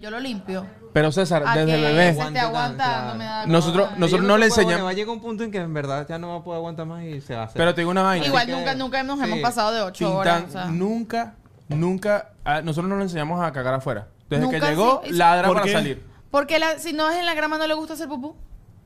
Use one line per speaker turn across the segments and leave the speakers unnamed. Yo lo limpio.
Pero César,
A
desde
Ah, que
bebé.
se esté
Aguante tanto,
aguantando, me da
claro.
como-
Nosotros-
Ay.
nos- Nosotros no le enseñamos-
Va a llegar un punto en que en verdad ya no va a poder aguantar más y se va a hacer.
Pero te digo una vaina.
Igual
que-
nunca, nunca nos
sí.
hemos pasado de ocho horas.
Tintán
o sea.
nunca, nunca. a- nosotros no lo enseñamos a cagar afuera. Desde que
Nunca
llegó,
sí.
ladra
¿Por
para
qué?
salir.
Porque la- si no es en la grama, no le gusta hacer pupú.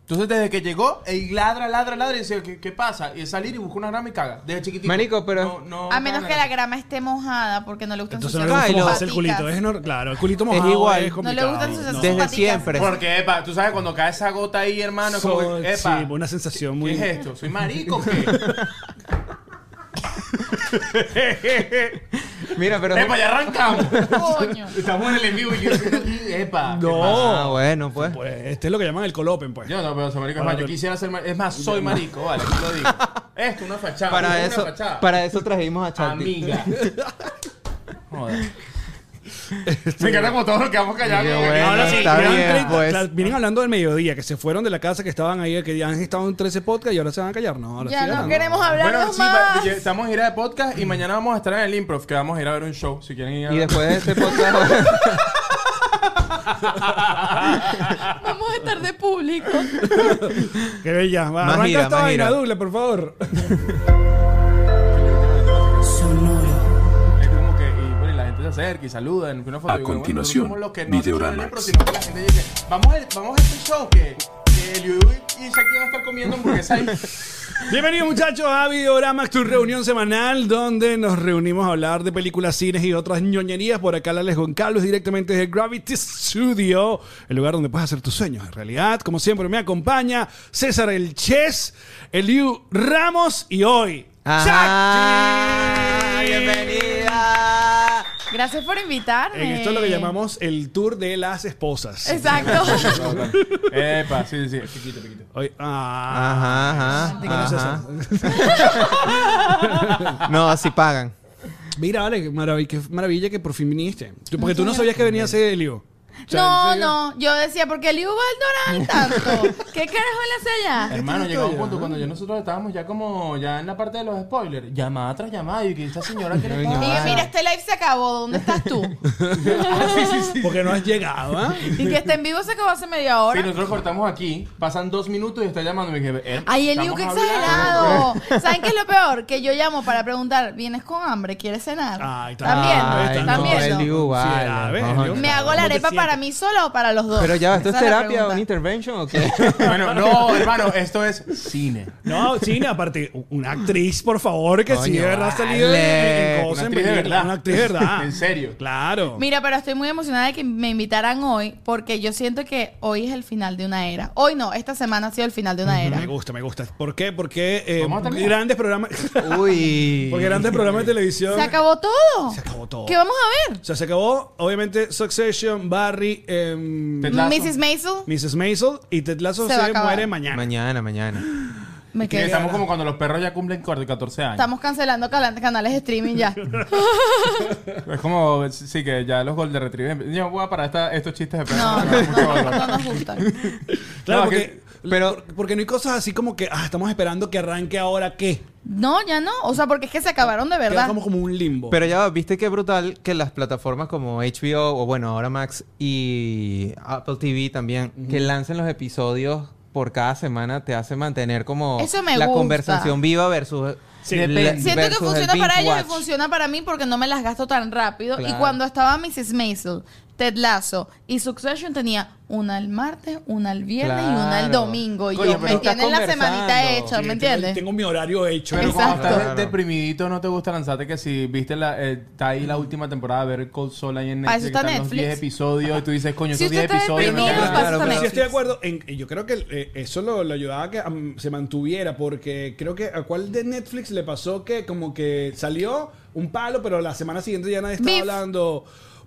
Entonces, desde que llegó, él ladra, ladra, ladra y dice, ¿qué, qué pasa? Y es salir y busca una grama y caga. Desde chiquitito.
Marico, pero-
a menos que la grama esté mojada, porque no le gusta
Entonces no
ensuciar
le
sus
Claro, y
gusta cómo
lo-
hace el
paticas.
culito. Es nor- claro, el culito mojado es,
igual. No
le
complicado.
gusta ensuciarse
no.
sus
Desde
paticas.
siempre.
Porque, epa, tú sabes, cuando cae esa gota ahí, hermano, como
So-
que, epa,
sí, una sensación
¿qué
muy...
es esto? ¿Soy marico o qué?
Mira, pero.
epa, ya arrancamos.
Coño.
Estamos en el en vivo y yo estoy aquí, epa. ¿qué pasa?
Ah, bueno, pues.
Pues este es lo que llaman el colopen, pues.
Yo no, pero soy marico, es
Ahora
más, yo
tú-
quisiera ser marico. Es más, soy marico, vale, aquí lo digo. Esto, una fachada.
Para
una
eso,
fachada.
para eso trajimos a Chanti.
Amiga. Joder. Me encanta como todos nos quedamos callados.
Qué
como que-
bueno.
Ahora sí,
está
llevan
bien,
30
pues.
claro, vienen hablando del mediodía, que se fueron de la casa, que estaban ahí, que ya han estado en 13 podcasts y ahora se van a callar. No, ahora
Ya
sí
no
ganando.
queremos hablar
Bueno, sí, va-
más.
ya estamos en gira de podcast y mañana vamos a estar en el improv, que vamos a ir a ver un show, si quieren ir a
Y después de este podcast.
Vamos a estar de público.
Qué bella. Va,
Más
arranca
gira,
esta
más
vaina,
gira.
Douglas, por favor.
Sonoro.
Es como que, y, bueno, y la gente se acerca y saluda en una foto.
A
Y, bueno, nosotros
continuación,
somos los que no
videorama.
hacemos el impro, sino que la gente dice, vamos, a- vamos a este show que, que Liu y Shakira van a estar comiendo hamburguesa ahí.
Bienvenidos muchachos a Videorama, tu reunión semanal donde nos reunimos a hablar de películas, cines y otras ñoñerías. Por acá Lales Goncalves directamente desde Gravity Studio, el lugar donde puedes hacer tus sueños en realidad. Como siempre me acompaña César El Ches, Eliu Ramos y hoy...
Ajá,
Shakti.
¡Bienvenida!
Gracias por invitarme.
En esto es lo que llamamos el tour de las esposas.
Exacto.
Epa, sí, sí,
Pues
sí, piquito, piquito.
Hoy- ah,
Ajá,
te conoces,
ajá.
César.
ajá. No, así pagan.
Mira, vale, qué maravilla, qué maravilla que por fin viniste. Tú- Porque tú no sabías que venía ese Elio. O sea,
No,
en serio.
no, yo decía, porque el Ivo Valdorán tanto. ¿Qué carajo le hace allá?
Hermano,
esto
llegó un
ya.
punto cuando yo nosotros estábamos ya como ya en la parte de los spoilers, llamada tras llamada, y que esta señora que le
Ay, no.
Dije,
pasa?
mira, este live se acabó, ¿dónde estás tú?
Porque no has llegado, ¿ah?
Y que está en vivo se acabó hace media
Sí,
hora.
nosotros cortamos aquí, pasan dos minutos y está llamando mi jefe. eh,
Ay, el Ivo,
estamos
qué
hablando.
exagerado. ¿Saben qué es lo peor? Que yo llamo para preguntar, ¿vienes con hambre? ¿Quieres cenar?
Ay,
también,
Ay,
también.
no, el Liu, vale.
a ver,
Ajá.
Liu.
¿Me hago la
¿Cómo te
arepa
sientes?
para mí sola o para los dos?
Pero ya, va, ¿esto es
Esa la
terapia,
pregunta.
un intervention o qué?
Bueno, no, hermano, esto es cine.
No, China, aparte, una actriz, por favor, que sí,
Coño,
de verdad ha salido en-
vale.
en
Una
cosas, en
actriz de
películas,
verdad.
Una actriz de verdad.
En serio.
Claro.
Mira, pero estoy muy emocionada de que me invitaran hoy porque yo siento que hoy es el final de una era. Hoy no, esta semana ha sido el final de una era.
Mm, Me gusta, me gusta. ¿Por qué? Porque eh,
Vamos a terminar.
grandes programas.
Uy.
porque grandes programas de televisión.
Se acabó todo.
Se acabó todo.
¿Qué vamos a ver?
O sea, se acabó, obviamente, Succession, Barry, em,
Ted Lasso.
Mrs. Maisel.
Mrs. Maisel y Ted Lasso
Se
se,
va a acabar.
muere mañana.
Mañana, mañana.
Me
Que
quedé.
estamos como cuando los perros ya cumplen 14 años.
Estamos cancelando cala- canales de streaming ya.
Es como, sí, que ya los Golden Retriever. Yo voy a parar esta- estos chistes de perros.
No, no,
me da mucho
no,
dolor.
no nos gustan.
Claro,
No,
porque,
pero-
por- porque no hay cosas así como que, ah, estamos esperando que arranque ahora qué.
No, ya no. O sea, porque es que se acabaron de
Queda
verdad.
como, como un limbo.
Pero ya, va, viste qué brutal que las plataformas como HBO o bueno, ahora Max y Apple TV también, que lancen los episodios por cada semana, te hace mantener como
Eso me
la
gusta.
conversación viva versus...
Sí.
la-
Siento que
versus el
funciona para
binge
ellos y
watch.
funciona para mí porque no me las gasto tan rápido. Y
Claro.
cuando estaba Mrs. Maisel, Ted Lasso y Succession tenía una al martes, una al viernes y una al
Claro.
domingo. Y
Coño,
yo
pero
me
estás
tienen la
conversando.
semanita hecha,
Sí,
¿me
tengo-
entiendes?
Tengo mi horario hecho.
Pero cuando
Exacto.
estás
Claro.
deprimidito, no te gusta lanzarte que si viste la, eh, está ahí la última temporada de ver Cold Soul ahí en
Ah,
Netflix,
eso
que
está
están los
Netflix.
10 episodios y tú dices, coño,
Si
esos
usted
10
está
episodios. me
deprimido,
quedan-
pasa
Claro, pero
también.
sí estoy de acuerdo. en- y yo creo que eh, eso lo, lo ayudaba a que am, se mantuviera, porque creo que a cuál de Netflix le pasó que como que salió un palo, pero la semana siguiente ya nadie estaba
Beef.
hablando.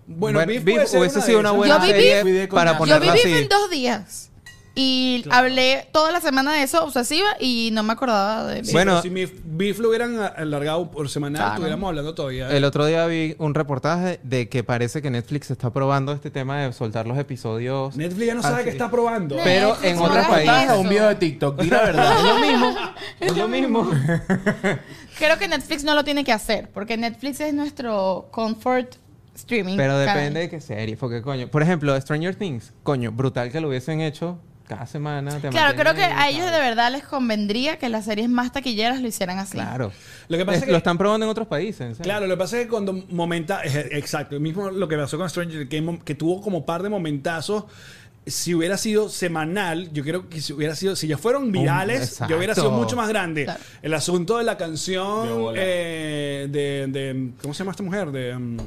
Bueno,
Bueno,
Beef
Beef
puede ser
hubiese sido
de
una
esas.
buena
Yo vi
serie
Beef.
para
Yo
ponerla
viví
así.
en dos días. Y hablé toda la semana de eso obsesiva y no me acordaba de
Sí,
Bueno.
pero si mi Beef lo hubieran alargado por semanal,
Claro.
estuviéramos hablando todavía. de-
El otro día vi un reportaje de que parece que Netflix está probando este tema de soltar los episodios.
Netflix ya no sabe
así.
qué está probando.
Netflix,
Ah, Pero en
no
otros
hagas
países.
eso.
Un video de TikTok, di la verdad.
Es lo mismo. Es lo mismo.
Creo que Netflix no lo tiene que hacer porque Netflix es nuestro comfort streaming.
Pero
cada
depende
vez.
de qué serie, porque coño. Por ejemplo, Stranger Things, coño, brutal que lo hubiesen hecho cada semana. te
Claro, creo que
mantienen,
a ellos de
¿sabes?
verdad les convendría que las series más taquilleras lo hicieran así.
Claro.
Lo que pasa
Es-
es que-
lo están probando en otros países. ¿sabes?
Claro, lo que pasa es que cuando momenta, eh, exacto, mismo lo que pasó con Stranger Game, que tuvo como par de momentazos. Si hubiera sido semanal, yo creo que si hubiera sido, si ya fueron virales,
exacto.
yo hubiera sido mucho más grande.
Claro.
El asunto de la
De
canción
bola.
eh, de, de- ¿cómo se llama esta mujer? De um,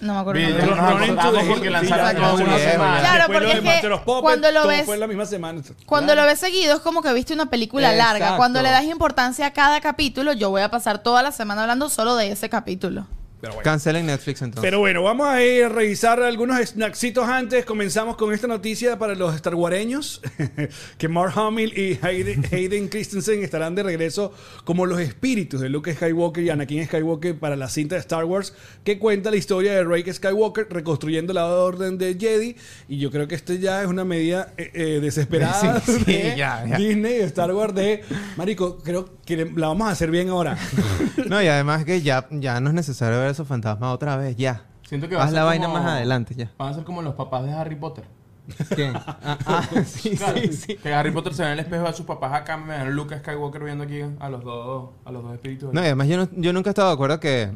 No me acuerdo. el
Bien,
nombre.
nos acordamos porque lanzaron
Exacto.
una semana.
Claro,
después
porque
lo de
es que
Master of Puppets,
cuando lo
todo
ves-
fue en la misma semana.
Cuando lo ves seguido es como que viste una película larga.
Exacto.
Cuando le das importancia a cada capítulo, yo voy a pasar toda la semana hablando solo de ese capítulo.
Pero bueno.
Cancelen Netflix entonces.
Pero bueno, vamos a ir a revisar algunos snacksitos antes. Comenzamos con esta noticia para los starguareños, que Mark Hamill y Hayden, Hayden Christensen estarán de regreso como los espíritus de Luke Skywalker y Anakin Skywalker para la cinta de Star Wars, que cuenta la historia de Rey Skywalker reconstruyendo la orden de Jedi. Y yo creo que este ya es una medida eh, eh, desesperada
Sí, sí,
de
ya, ya.
Disney y Star Wars de... Marico, creo que la vamos a hacer bien ahora.
No, y además que ya, ya no es necesario ver esos fantasmas otra vez, ya.
Siento que va a
Haz
ser
la vaina
como-
más adelante, ya.
Van a ser como los papás de Harry Potter.
¿Quién? Ah, ah, sí,
Claro,
sí, sí.
Que Harry Potter se ve en el espejo a sus papás acá, me ven Lucas Skywalker viendo aquí a los dos, a los dos espíritus. Ah,
No, y además yo, no- yo nunca he estado de acuerdo que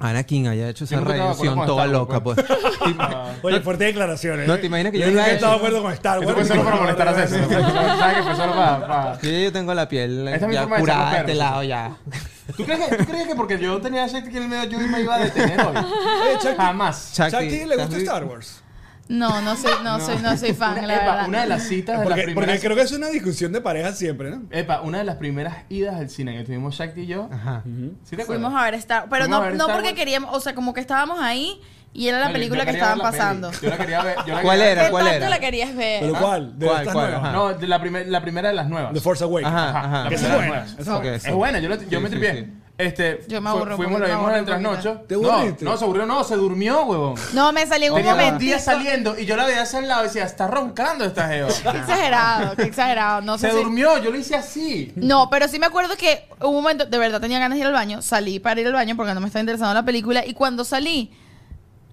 Anakin haya hecho esa
nunca estaba de acuerdo
redención
con
toda
Star
loca,
Wars,
pues.
Ah,
Oye, fuerte declaraciones.
No,
¿eh?
te imaginas que
yo
yo
nunca he
diga
estado de
eso.
acuerdo con Star
Esto
Wars.
fue solo para molestar a César. o sea, que- ¿Sabes que fue solo para- para-
pues. Yo, yo tengo la piel
Esta es mi
ya
forma de echar los
curada de este
perros.
lado, ya.
¿Tú crees, que, ¿Tú crees que porque yo tenía shit que en el medio yo me iba a detener hoy? Jamás.
Chucky,
Chucky le gusta
Chucky-
Star Wars.
No, no soy, no, soy, no soy fan, la
Epa,
verdad.
una de las citas de las
Porque, porque
primeras...
creo que es una discusión de pareja siempre, ¿no?
Epa, una de las primeras idas al cine que tuvimos Shakti y yo.
Ajá.
¿Sí te acuerdas?
Fuimos a ver Star Pero
Fuimos a
no,
ver
no
Star
porque
Wars.
queríamos, o sea, como que estábamos ahí y era la
No, yo-
película
yo
que
quería ver
estaban
la peli.
pasando.
Yo la quería ver. Yo la Ah,
¿Cuál
quería ver.
era?
¿Qué ¿Ah?
¿Cuál
tanto
era?
la querías ver?
¿Pero cuál? ¿De
¿Cuál,
estas
cuál?
nuevas?
Ajá.
No, de la, primer- la primera de las nuevas.
The Force Awakens.
Ajá, ajá.
la
Que es
primera de
buena.
las nuevas.
Es
Ok,
buena.
sí.
Es buena, yo, la- yo
Sí,
me
sí,
tripié.
sí.
Este,
Yo me
fu-
aburro un
Fuimos,
poquito,
la
me
vimos en
aburro
el
un poquito.
trasnocho.
¿Te
no,
aburriste?
no, se aburrió, no, se durmió, huevón.
No, me salí en un
Tenía dos
momento.
días saliendo y yo la veía hacia el lado y decía, está roncando esta jeva.
Qué exagerado, qué exagerado. No sé
se
si-
durmió, yo lo hice así.
No, pero sí me acuerdo que hubo un momento, de verdad tenía ganas de ir al baño, salí para ir al baño porque no me estaba interesando la película y cuando salí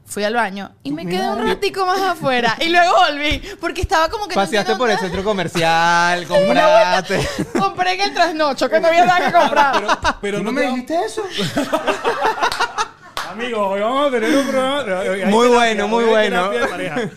fui al baño y me quedé un ratico más afuera y luego volví porque estaba como que no
Paseaste
entiendo
por el
dónde-
centro comercial,
Una
compraste.
vuelta- compré en el trasnocho que no había nada que comprar.
Pero
¿Tú no
no
me
te-
dijiste eso?
Amigos, hoy vamos a tener un programa. Hay
Muy
terapia,
bueno, muy
hay
bueno.
terapia de pareja.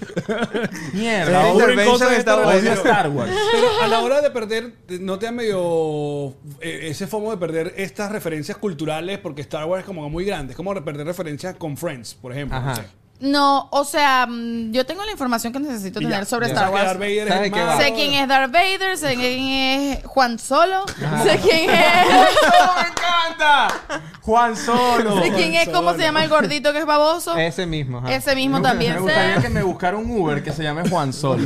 Mierda.
Esta
Ahora en
intervention
cosas de
está
esta
buena.
relación.
Star Wars.
Pero a la hora de perder, ¿no te da medio eh, ese fomo de perder estas referencias culturales? Porque Star Wars es como muy grande. Es como perder referencias con Friends, por ejemplo.
Ajá.
No sé.
No, o sea, mm, yo tengo la información que necesito
Y
tener
ya.
sobre
Ya
Star
sabes que
Wars.
Darth Vader es
¿Sabes
el
qué va?
malo.
Sé quién es Darth Vader, sé quién es Juan Solo, sé quién es,
¡Oh, me encanta! Juan Solo.
sé quién es, cómo se llama el gordito que es baboso.
Ese mismo. ajá.
Ese mismo
Me gusta-
también
Me
sé.
gustaría que me buscara un Uber que se llame Juan Sol.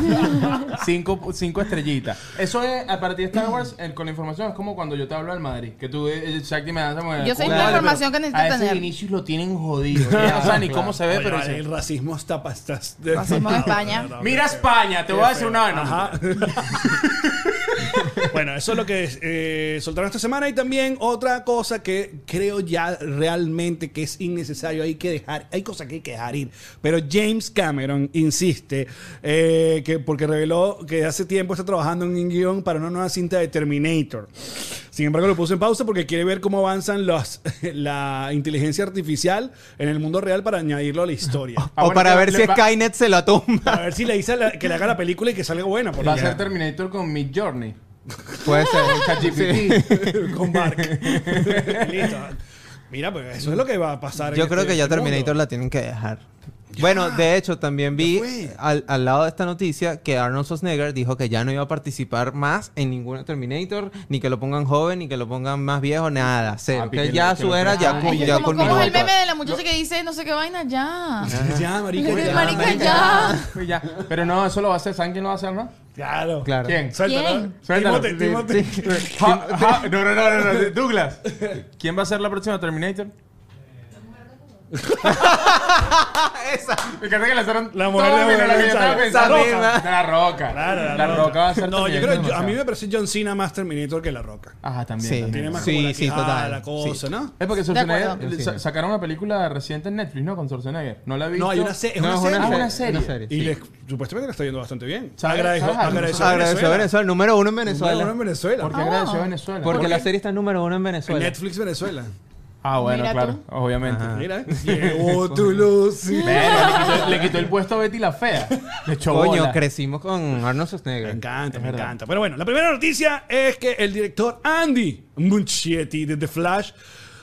cinco, cinco estrellitas. Eso es, a partir de Star Wars, el- con la información, es como cuando yo te hablo del Madrid. Que tú, eh, Shakti me das como-
Yo sé
como,
la
"Vale,
información
pero
que necesito
a ese
tener".
Vinicius lo tienen jodido. Ya no saben ni cómo se ve,
Oye,
pero...
vale,
dicen,
el racismo está pastas.
Racismo en España.
Mira España, te voy a decir una vez. No,
Ajá. bueno, eso es lo que eh, soltaron esta semana. Y también otra cosa que creo ya realmente que es innecesario. Hay que dejar, hay cosas que hay que dejar ir. Pero James Cameron insiste eh, que porque reveló que hace tiempo está trabajando en un guión para una nueva cinta de Terminator. Sin embargo, lo puso en pausa porque quiere ver cómo avanzan los, la inteligencia artificial en el mundo real para añadirlo a la historia.
Ah,
o
bueno,
para
le-
ver
le
si
va-
Skynet se la tumba.
A ver si le dice a la- que le haga la película y que salga buena. porque
Va a ser Terminator con Mid Journey.
Puede ser.
ChatGPT.
con Mark. Listo. Mira, pues eso es lo que va a pasar. en
Yo creo
este-
que ya
este
Terminator
mundo.
la tienen que dejar. Bueno, de hecho, también vi
fue.
al, al lado de esta noticia que Arnold Schwarzenegger dijo que ya no iba a participar más en ninguna Terminator, ni que lo pongan joven, ni que lo pongan más viejo, nada. Cero.
Papi,
que,
Ah, que
ya
lo- que
su
lo
era
pongan-
ya,
Ah,
cul-
es que
ya
como, como
culminó.
el meme de la muchacha que dice no sé qué vaina ya.
Ya, marico.
Marica,
ya.
marica, ya.
Pues ya. Pero no, eso lo va a hacer. ¿Saben quién lo va a hacer, no?
Claro.
Claro.
¿Quién?
Suéltalo.
¿Quién?
Suéltalo.
Timote, Timote.
Ja- ja- no, no, no, no, no, Douglas. ¿Quién va a ser la próxima Terminator?
Esa.
Me encanta que lanzaron
La
la
mujer de
mujer de la
Mujer
que yo estaba
Chávez.
pensando.
Esa misma.
De la roca.
Claro,
la, roca. va a ser
No, yo
Terminator
creo, yo- a
demasiado.
mí me parece John Cena más Terminator que La Roca.
Ajá, también.
Sí.
también.
Tiene más
Sí,
como la
sí,
quijada,
total.
la cosa,
Sí.
¿no?
Es porque
De acuerdo.
Schwarzenegger
Sí.
sa- sacaron una película reciente en Netflix, ¿no? Con Schwarzenegger. No la he visto.
No, hay una, se- es
No,
una
es
serie.
Ah,
serie.
una serie.
Una serie,
Y
sí.
les- supuestamente le está yendo bastante bien.
¿Sabes?
Agradeció,
¿Sabes algo?
agradeció
Agradeció
a
a
Venezuela.
Venezuela, número uno en Venezuela.
Número uno en Venezuela.
¿Por qué
Ah.
agradeció a Venezuela?
Porque
¿Por
la
qué?
serie está número uno en
En
Venezuela.
Netflix Venezuela.
Ah, bueno,
Mira
claro.
tú.
Obviamente.
Ah.
Mira, llegó tu luz.
Verga, le, quitó, le quitó el puesto a Betty la Fea. Le echó
Coño,
bola.
crecimos con Arnold
Me
Schwarzenegger.
encanta, me
verdad.
encanta. Pero bueno, la primera noticia es que el director Andy Muschietti de The Flash,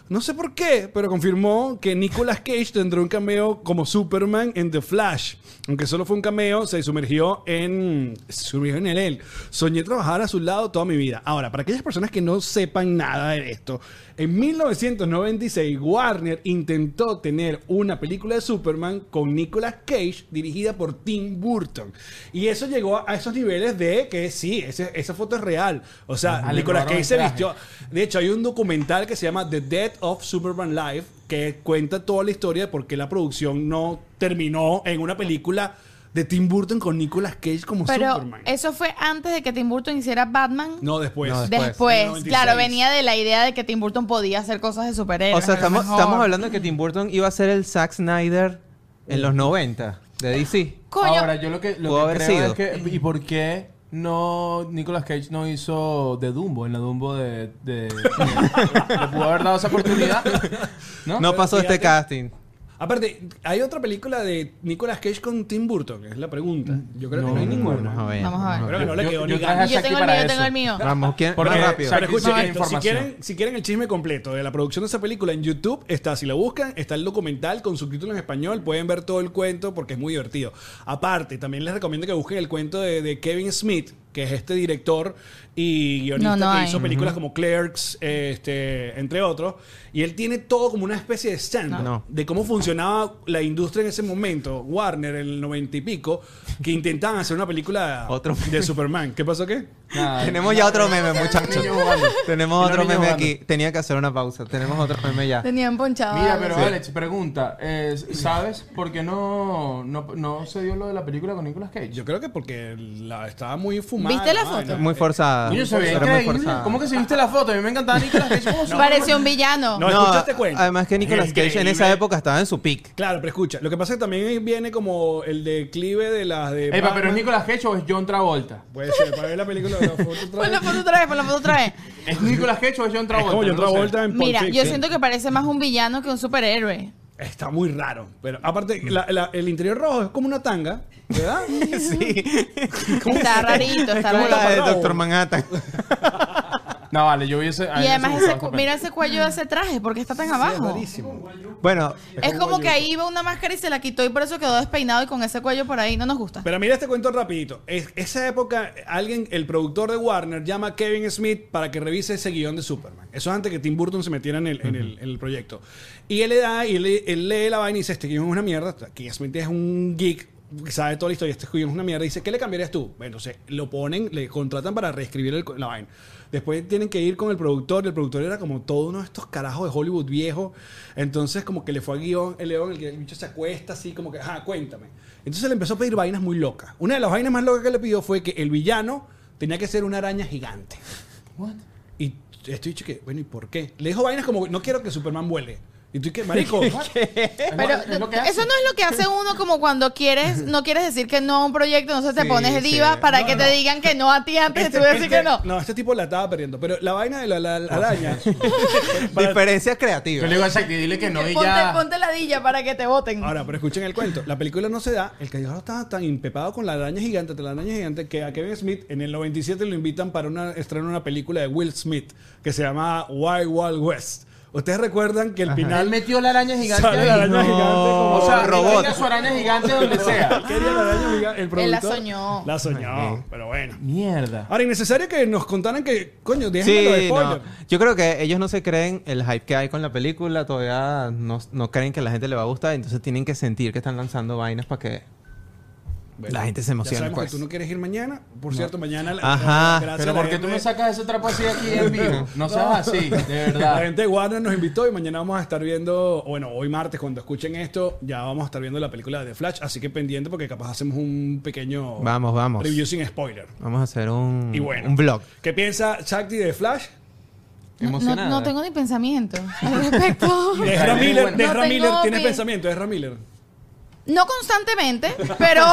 no sé por qué, pero confirmó que Nicolas Cage tendrá un cameo como Superman en The Flash. Aunque solo fue un cameo, se sumergió en se sumergió en él. Soñé trabajar a su lado toda mi vida. Ahora, para aquellas personas que no sepan nada de esto, en 1996 Warner intentó tener una película de Superman con Nicolas Cage dirigida por Tim Burton. Y eso llegó a esos niveles de que sí, ese- esa foto es real. O sea,
Ajá, le
Nicolas
robaron
Cage
el
se
traje.
vistió. De hecho, hay un documental que se llama The Death of Superman Life que cuenta toda la historia de por qué la producción no terminó en una película de Tim Burton con Nicolas Cage como
Pero
Superman.
eso fue antes de que Tim Burton hiciera Batman.
No, después.
No,
Después,
En el 96.
claro, venía de la idea de que Tim Burton podía hacer cosas de superhéroes.
O sea,
a lo
estamos,
mejor.
estamos hablando de que Tim Burton iba a ser el Zack Snyder en los 90 de DC.
Coño,
Ahora, yo lo que, lo
Pudo
que
haber
creo
sido.
es que... ¿Y por qué no... Nicolas Cage no hizo de Dumbo, en la Dumbo de... de, de- le pudo haber dado esa oportunidad, ¿no?
No pasó
fíjate-
este casting.
Aparte, ¿hay otra película de Nicolas Cage con Tim Burton? Es la pregunta. Yo creo que no hay ninguna.
Vamos a ver.
Vamos a ver.
Creo que no le
Yo- yo
quedó ni
traje
ganas.
a
yo
Shakti
tengo el
para
mío, yo
eso.
tengo el mío.
Vamos, ¿quién?
Porque-
más rápido.
Shakti-
Pero escuchen
Sí,
esto, si
información.
quieren, si quieren el chisme completo de la producción de esa película en YouTube, está, si la buscan, está el documental con subtítulos en español, pueden ver todo el cuento porque es muy divertido. Aparte, también les recomiendo que busquen el cuento de, de Kevin Smith, que es este director y guionista
No, no
que
hay.
hizo películas como Clerks, este, entre otros, y él tiene todo como una especie de stand
No.
de cómo funcionaba la industria en ese momento, Warner en el noventa y pico, que intentaban hacer una película
Otro.
de Superman. ¿Qué pasó qué?
Nada,
Tenemos ya otro meme, muchachos.
niño jugando.
Tenemos
Y los
otro
niños
meme
jugando.
aquí. Tenía que hacer una pausa. Tenemos otro meme ya.
Tenían ponchado.
Mira,
algo.
pero
Sí.
Alex, pregunta. eh, ¿Sabes por qué no, no, no se dio lo de la película con Nicolas Cage?
Yo creo que porque la estaba muy fumada.
¿Viste la
¿no?
foto?
Muy forzada.
Coño, se veía
Era muy
increíble.
forzada.
¿Cómo que se viste la foto? A mí me encantaba Nicolas Cage. ¿Cómo se-
Pareció un villano.
No, escuchaste cuento.
Además que Nicolas Cage en
Increíble.
esa época estaba en su peak.
Claro, pero escucha, lo que pasa es que también viene como el declive de las de.
Epa, pero
Batman.
¿es Nicolas Cage o es John Travolta?
Puede ser, para ver la película de la foto otra
Pon la
vez.
foto otra vez, pon la foto otra vez.
¿Es Nicolas Cage o es John
Es
Travolta?
como yo
No lo
otra
sé.
vuelta en Pulp
Mira, yo
Fiction.
siento que parece más un villano que un superhéroe.
Está muy raro. Pero aparte,
Mm.
la- la- el interior rojo es como una tanga, ¿verdad?
Sí.
Está rarito, está
Como
rarito.
la de
taparrabo.
Doctor Manhattan.
No, vale, yo vi ese. a
Y
mí me
además,
gustaba
ese, cu-
esa
mira ese cuello de ese traje, ¿por qué está tan
Es
abajo?
rarísimo.
Bueno,
Es como que ahí iba una máscara y se la quitó y por eso quedó despeinado y con ese cuello por ahí. No nos gusta.
Pero mira este cuento rapidito. Es- esa época, alguien, el productor de Warner, llama a Kevin Smith para que revise ese guión de Superman. Eso es antes que Tim Burton se metiera en el, en el, en el proyecto. Y él le da, y él, él lee la vaina y dice, este guión es una mierda. Kevin Smith es un geek que sabe toda la historia, este guión es una mierda. Y dice, ¿qué le cambiarías tú? Bueno, Entonces lo ponen, le contratan para reescribir el- la vaina. Después tienen que ir con el productor. El productor era como todo uno de estos carajos de Hollywood viejo. Entonces, como que le fue a guión, el león, el que el bicho se acuesta así, como que, ajá, cuéntame. Entonces le empezó a pedir vainas muy locas. Una de las vainas más locas que le pidió fue que el villano tenía que ser una araña gigante. Y estoy dicho que, bueno, ¿y por qué? Le dijo vainas como, no quiero que Superman vuele. Y tú, ¿qué, marico?
Es lo-
Pero
es lo que hace.
eso no es lo que hace uno como cuando quieres, no quieres decir que no a un proyecto, entonces te
Sí,
pones
sí.
diva para
No,
que
no.
te digan que no a ti antes de
Este-
tú decir
este-
que no.
No, este tipo la estaba perdiendo. Pero la vaina de la, la- la araña. para-
diferencias
Yo
creativas.
le digo a Shakti, dile que no y
ponte,
ya.
ponte la dilla para que te voten.
Ahora, pero escuchen el cuento. La película no se da. El callejero estaba tan impepado con la araña gigante, de la araña gigante, que a Kevin Smith en el 97 lo invitan para una, estrenar una película de Will Smith que se llama Wild Wild West. ¿Ustedes recuerdan que el
Él
final
metió la araña gigante.
sale la
ahí.
araña
No.
gigante como...
O sea,
Robot.
robot. su araña gigante donde sea.
Quería la araña gigante. El productor,
Él la soñó.
La soñó, pero bueno.
Mierda.
Ahora, innecesario que nos contaran que, coño, déjenme lo de
Sí,
spoiler.
no. Yo creo que ellos no se creen el hype que hay con la película, todavía no, no creen que a la gente le va a gustar, entonces tienen que sentir que están lanzando vainas para que La gente se
Ya
emociona.
sabemos
pues.
que tú no quieres ir mañana. Por cierto, mañana. la-
Ajá.
gracias
Pero
a la
¿por qué tú
gente-
me sacas ese trapo así aquí en vivo? No seas así, de
La
verdad.
gente de Warner nos invitó y mañana vamos a estar viendo, bueno, hoy martes cuando escuchen esto, ya vamos a estar viendo la película de The Flash, así que pendiente porque capaz hacemos un pequeño
Vamos, vamos.
review sin spoiler.
Vamos a hacer un,
Y bueno,
un blog.
¿Qué piensa Shakti de Flash?
No, no,
Emocionada.
no tengo ni pensamiento al respecto.
De
Está bien,
Miller,
bueno.
Ezra
No tengo
Miller, ¿tienes
opin-
pensamiento? Ezra Miller.
No constantemente, pero.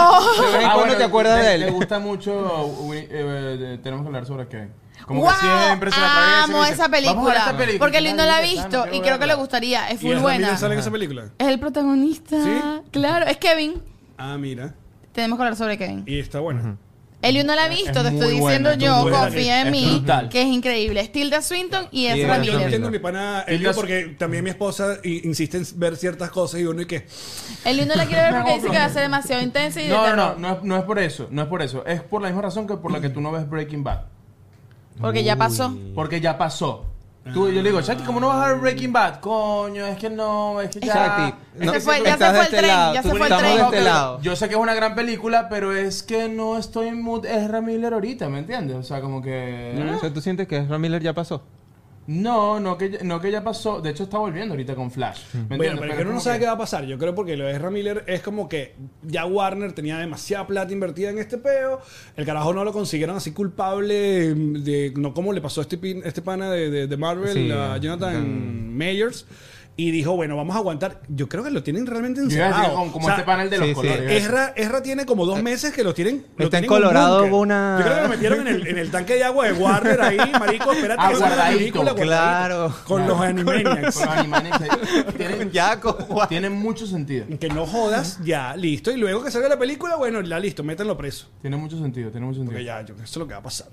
vez en cuando te acuerdas de él.
Ah, Me gusta mucho. uh, Winnie- eh, de- tenemos que hablar sobre Kevin.
wow,
que siempre se la atraviesa y me
amo
dice,
esa película,
"Vamos a ver esta película".
porque Luis no la ha
Ay,
visto
no quiero
y creo que
verla.
le gustaría, es
¿Y
muy
Ezra Miller
buena.
sale
Ajá.
en esa película?
Es el protagonista.
¿Sí?
Claro, es Kevin.
Ah, mira.
Tenemos que hablar sobre Kevin.
Y está buena.
Elio no la ha visto, te estoy
muy
diciendo
buena, es
yo,
muy buena.
confía en
Es
mí,
brutal.
que es increíble. Tilda Swinton y
Y
Ezra
Ezra
Yo no
Miller.
Miller.
entiendo mi pana
Y
Elio
las-
porque también mi esposa i- insiste en ver ciertas cosas y uno y que
Elio no la quiere ver porque
Me
dice
compro.
que va a ser demasiado intensa y de
No, no, no,
terror.
no es, no es por eso, no es por eso. Es por la misma razón que por la que tú no ves Breaking Bad.
Porque ya pasó.
Porque ya pasó. Tú, yo le digo, Shakti, ¿cómo no vas a ver Breaking Bad? Coño, es que no, es que ya.
Shakti,
Es
no,
que
se fue,
siempre-
ya
estás
se fue
de
el
este
tren,
lado,
ya
tú
se fue el
estamos
tren.
de
No,
este
pero
lado.
Yo sé que es una gran película, pero es que no estoy en mood Ezra Miller ahorita, ¿me entiendes? O sea, como que... ah.
O sea, ¿Tú sientes que Ezra Miller ya pasó?
No, no que, ya- no que ya pasó. De hecho, está volviendo ahorita con Flash. ¿me
Bueno,
entiendes?
pero
es
que uno no
como
sabe
que-
qué va a pasar. Yo creo porque lo de Ezra Miller es como que ya Warner tenía demasiada plata invertida en este peo. El carajo no lo consiguieron así culpable de no como le pasó a este, pin- este pana de, de- de Marvel,
Sí,
a Jonathan Mayers. Y dijo, bueno, vamos a aguantar. Yo creo que lo tienen realmente
Yo iba a decir
encerrado.
como, como
O sea,
este panel de los
sí, sí.
colores.
Ezra, Ezra tiene como
Eh,
dos meses que los tienen. lo
Está en
tienen un
Colorado
búnker.
una-
Yo creo que lo metieron en el, en el tanque de agua de Warner ahí, marico. Espérate,
Ah,
que salga la
guardadito,
película, guardadito.
claro.
Con los Animaniacs.
Con los animales que- tienen,
Ya, como-
tienen mucho sentido.
Que no jodas, ya, listo. Y luego que salga la película, bueno, ya listo, métanlo preso.
Tiene mucho sentido, tiene mucho
Porque
sentido.
ya, yo, eso es lo que va a pasar.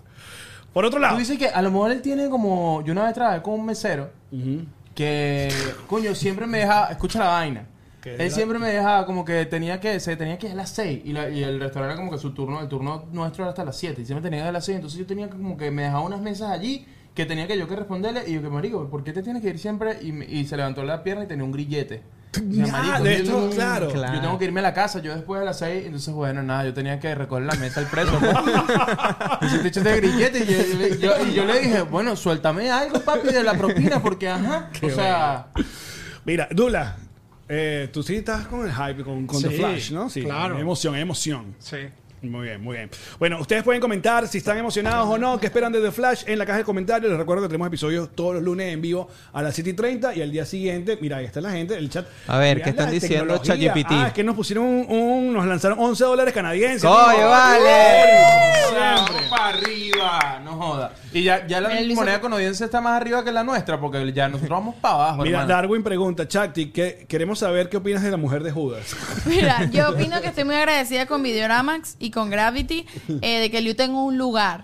Por otro
Tú
lado,
dices que a lo mejor él tiene como. Yo una vez trabajé con un mesero que, coño, siempre me deja. Escucha la vaina.
Que
Él
era-
siempre me dejaba como que tenía que. Se tenía que ir a las 6. Y, la- y el restaurante era como que su turno. El turno nuestro era hasta las 7. Y siempre tenía que ir a las 6. Entonces yo tenía que como que me dejaba unas mesas allí que tenía que yo que responderle. Y yo que, marico, ¿por qué te tienes que ir siempre? Y, me- y se levantó la pierna y tenía un grillete. Y yo,
Ya,
marico,
de
yo
hecho,
tengo-
claro.
Claro.
Yo tengo que irme a la casa, yo después de las 6, entonces bueno, nada, yo tenía que recoger la mesa al preso. pues. ¿no? Y se te echó de grillete y yo, yo- y yo le dije, bueno, suéltame algo, papi, de la propina, porque ajá. o sea,
mira, Dula, eh, tú sí estás con el hype, con, con The
Sí,
Flash, ¿no? Sí,
claro.
hay emoción, hay emoción.
Sí.
Muy bien, muy bien. Bueno, ustedes pueden comentar si están emocionados o no, qué esperan de The Flash en la caja de comentarios. Les recuerdo que tenemos episodios todos los lunes en vivo a las 7 y 30 y al día siguiente, mira, ahí está la gente, el chat.
A ver,
Mira
¿qué están
la
diciendo
tecnología.
ChatGPT?
Ah, es que nos pusieron un, un- nos lanzaron 11 dólares canadienses.
¡Coño,
¡Oh!
vale!
Siempre.
vamos para arriba, no joda. Y ya, ya la
Mira, Luis,
moneda
¿sabes?
canadiense está más arriba que la nuestra, porque ya nosotros vamos para abajo,
Mira,
hermano.
Darwin pregunta, Chakti, que queremos saber qué opinas de la mujer de Judas.
Mira, yo opino que estoy muy agradecida con Videoramax y con Gravity eh, de que yo tengo un lugar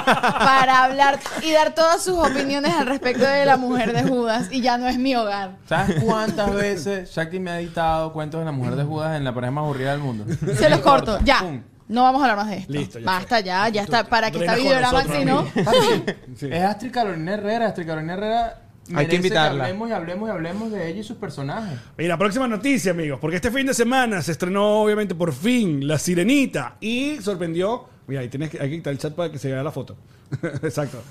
para hablar y dar todas sus opiniones al respecto de la mujer de Judas y ya no es mi hogar.
¿Sabes cuántas veces Shakti me ha editado cuentos de la mujer de Judas en la pareja más aburrida del mundo?
Se los corto, ya.
Pum.
No vamos a hablar más de esto.
Listo, ya
Basta ya, ya está. ¿Para que está
Drenas con
Videoramax
nosotros,
si no?
amigo.
Papi,
Sí.
Es Astrid Carolina Herrera. Astrid Carolina Herrera.
que
merece
invitarla.
hablemos y hablemos y hablemos de ella y sus personajes.
Mira, próxima noticia, amigos, porque este fin de semana se estrenó, obviamente, por fin, La Sirenita y sorprendió. Mira, ahí tienes que, hay que quitar el chat para que se vea la foto. Exacto.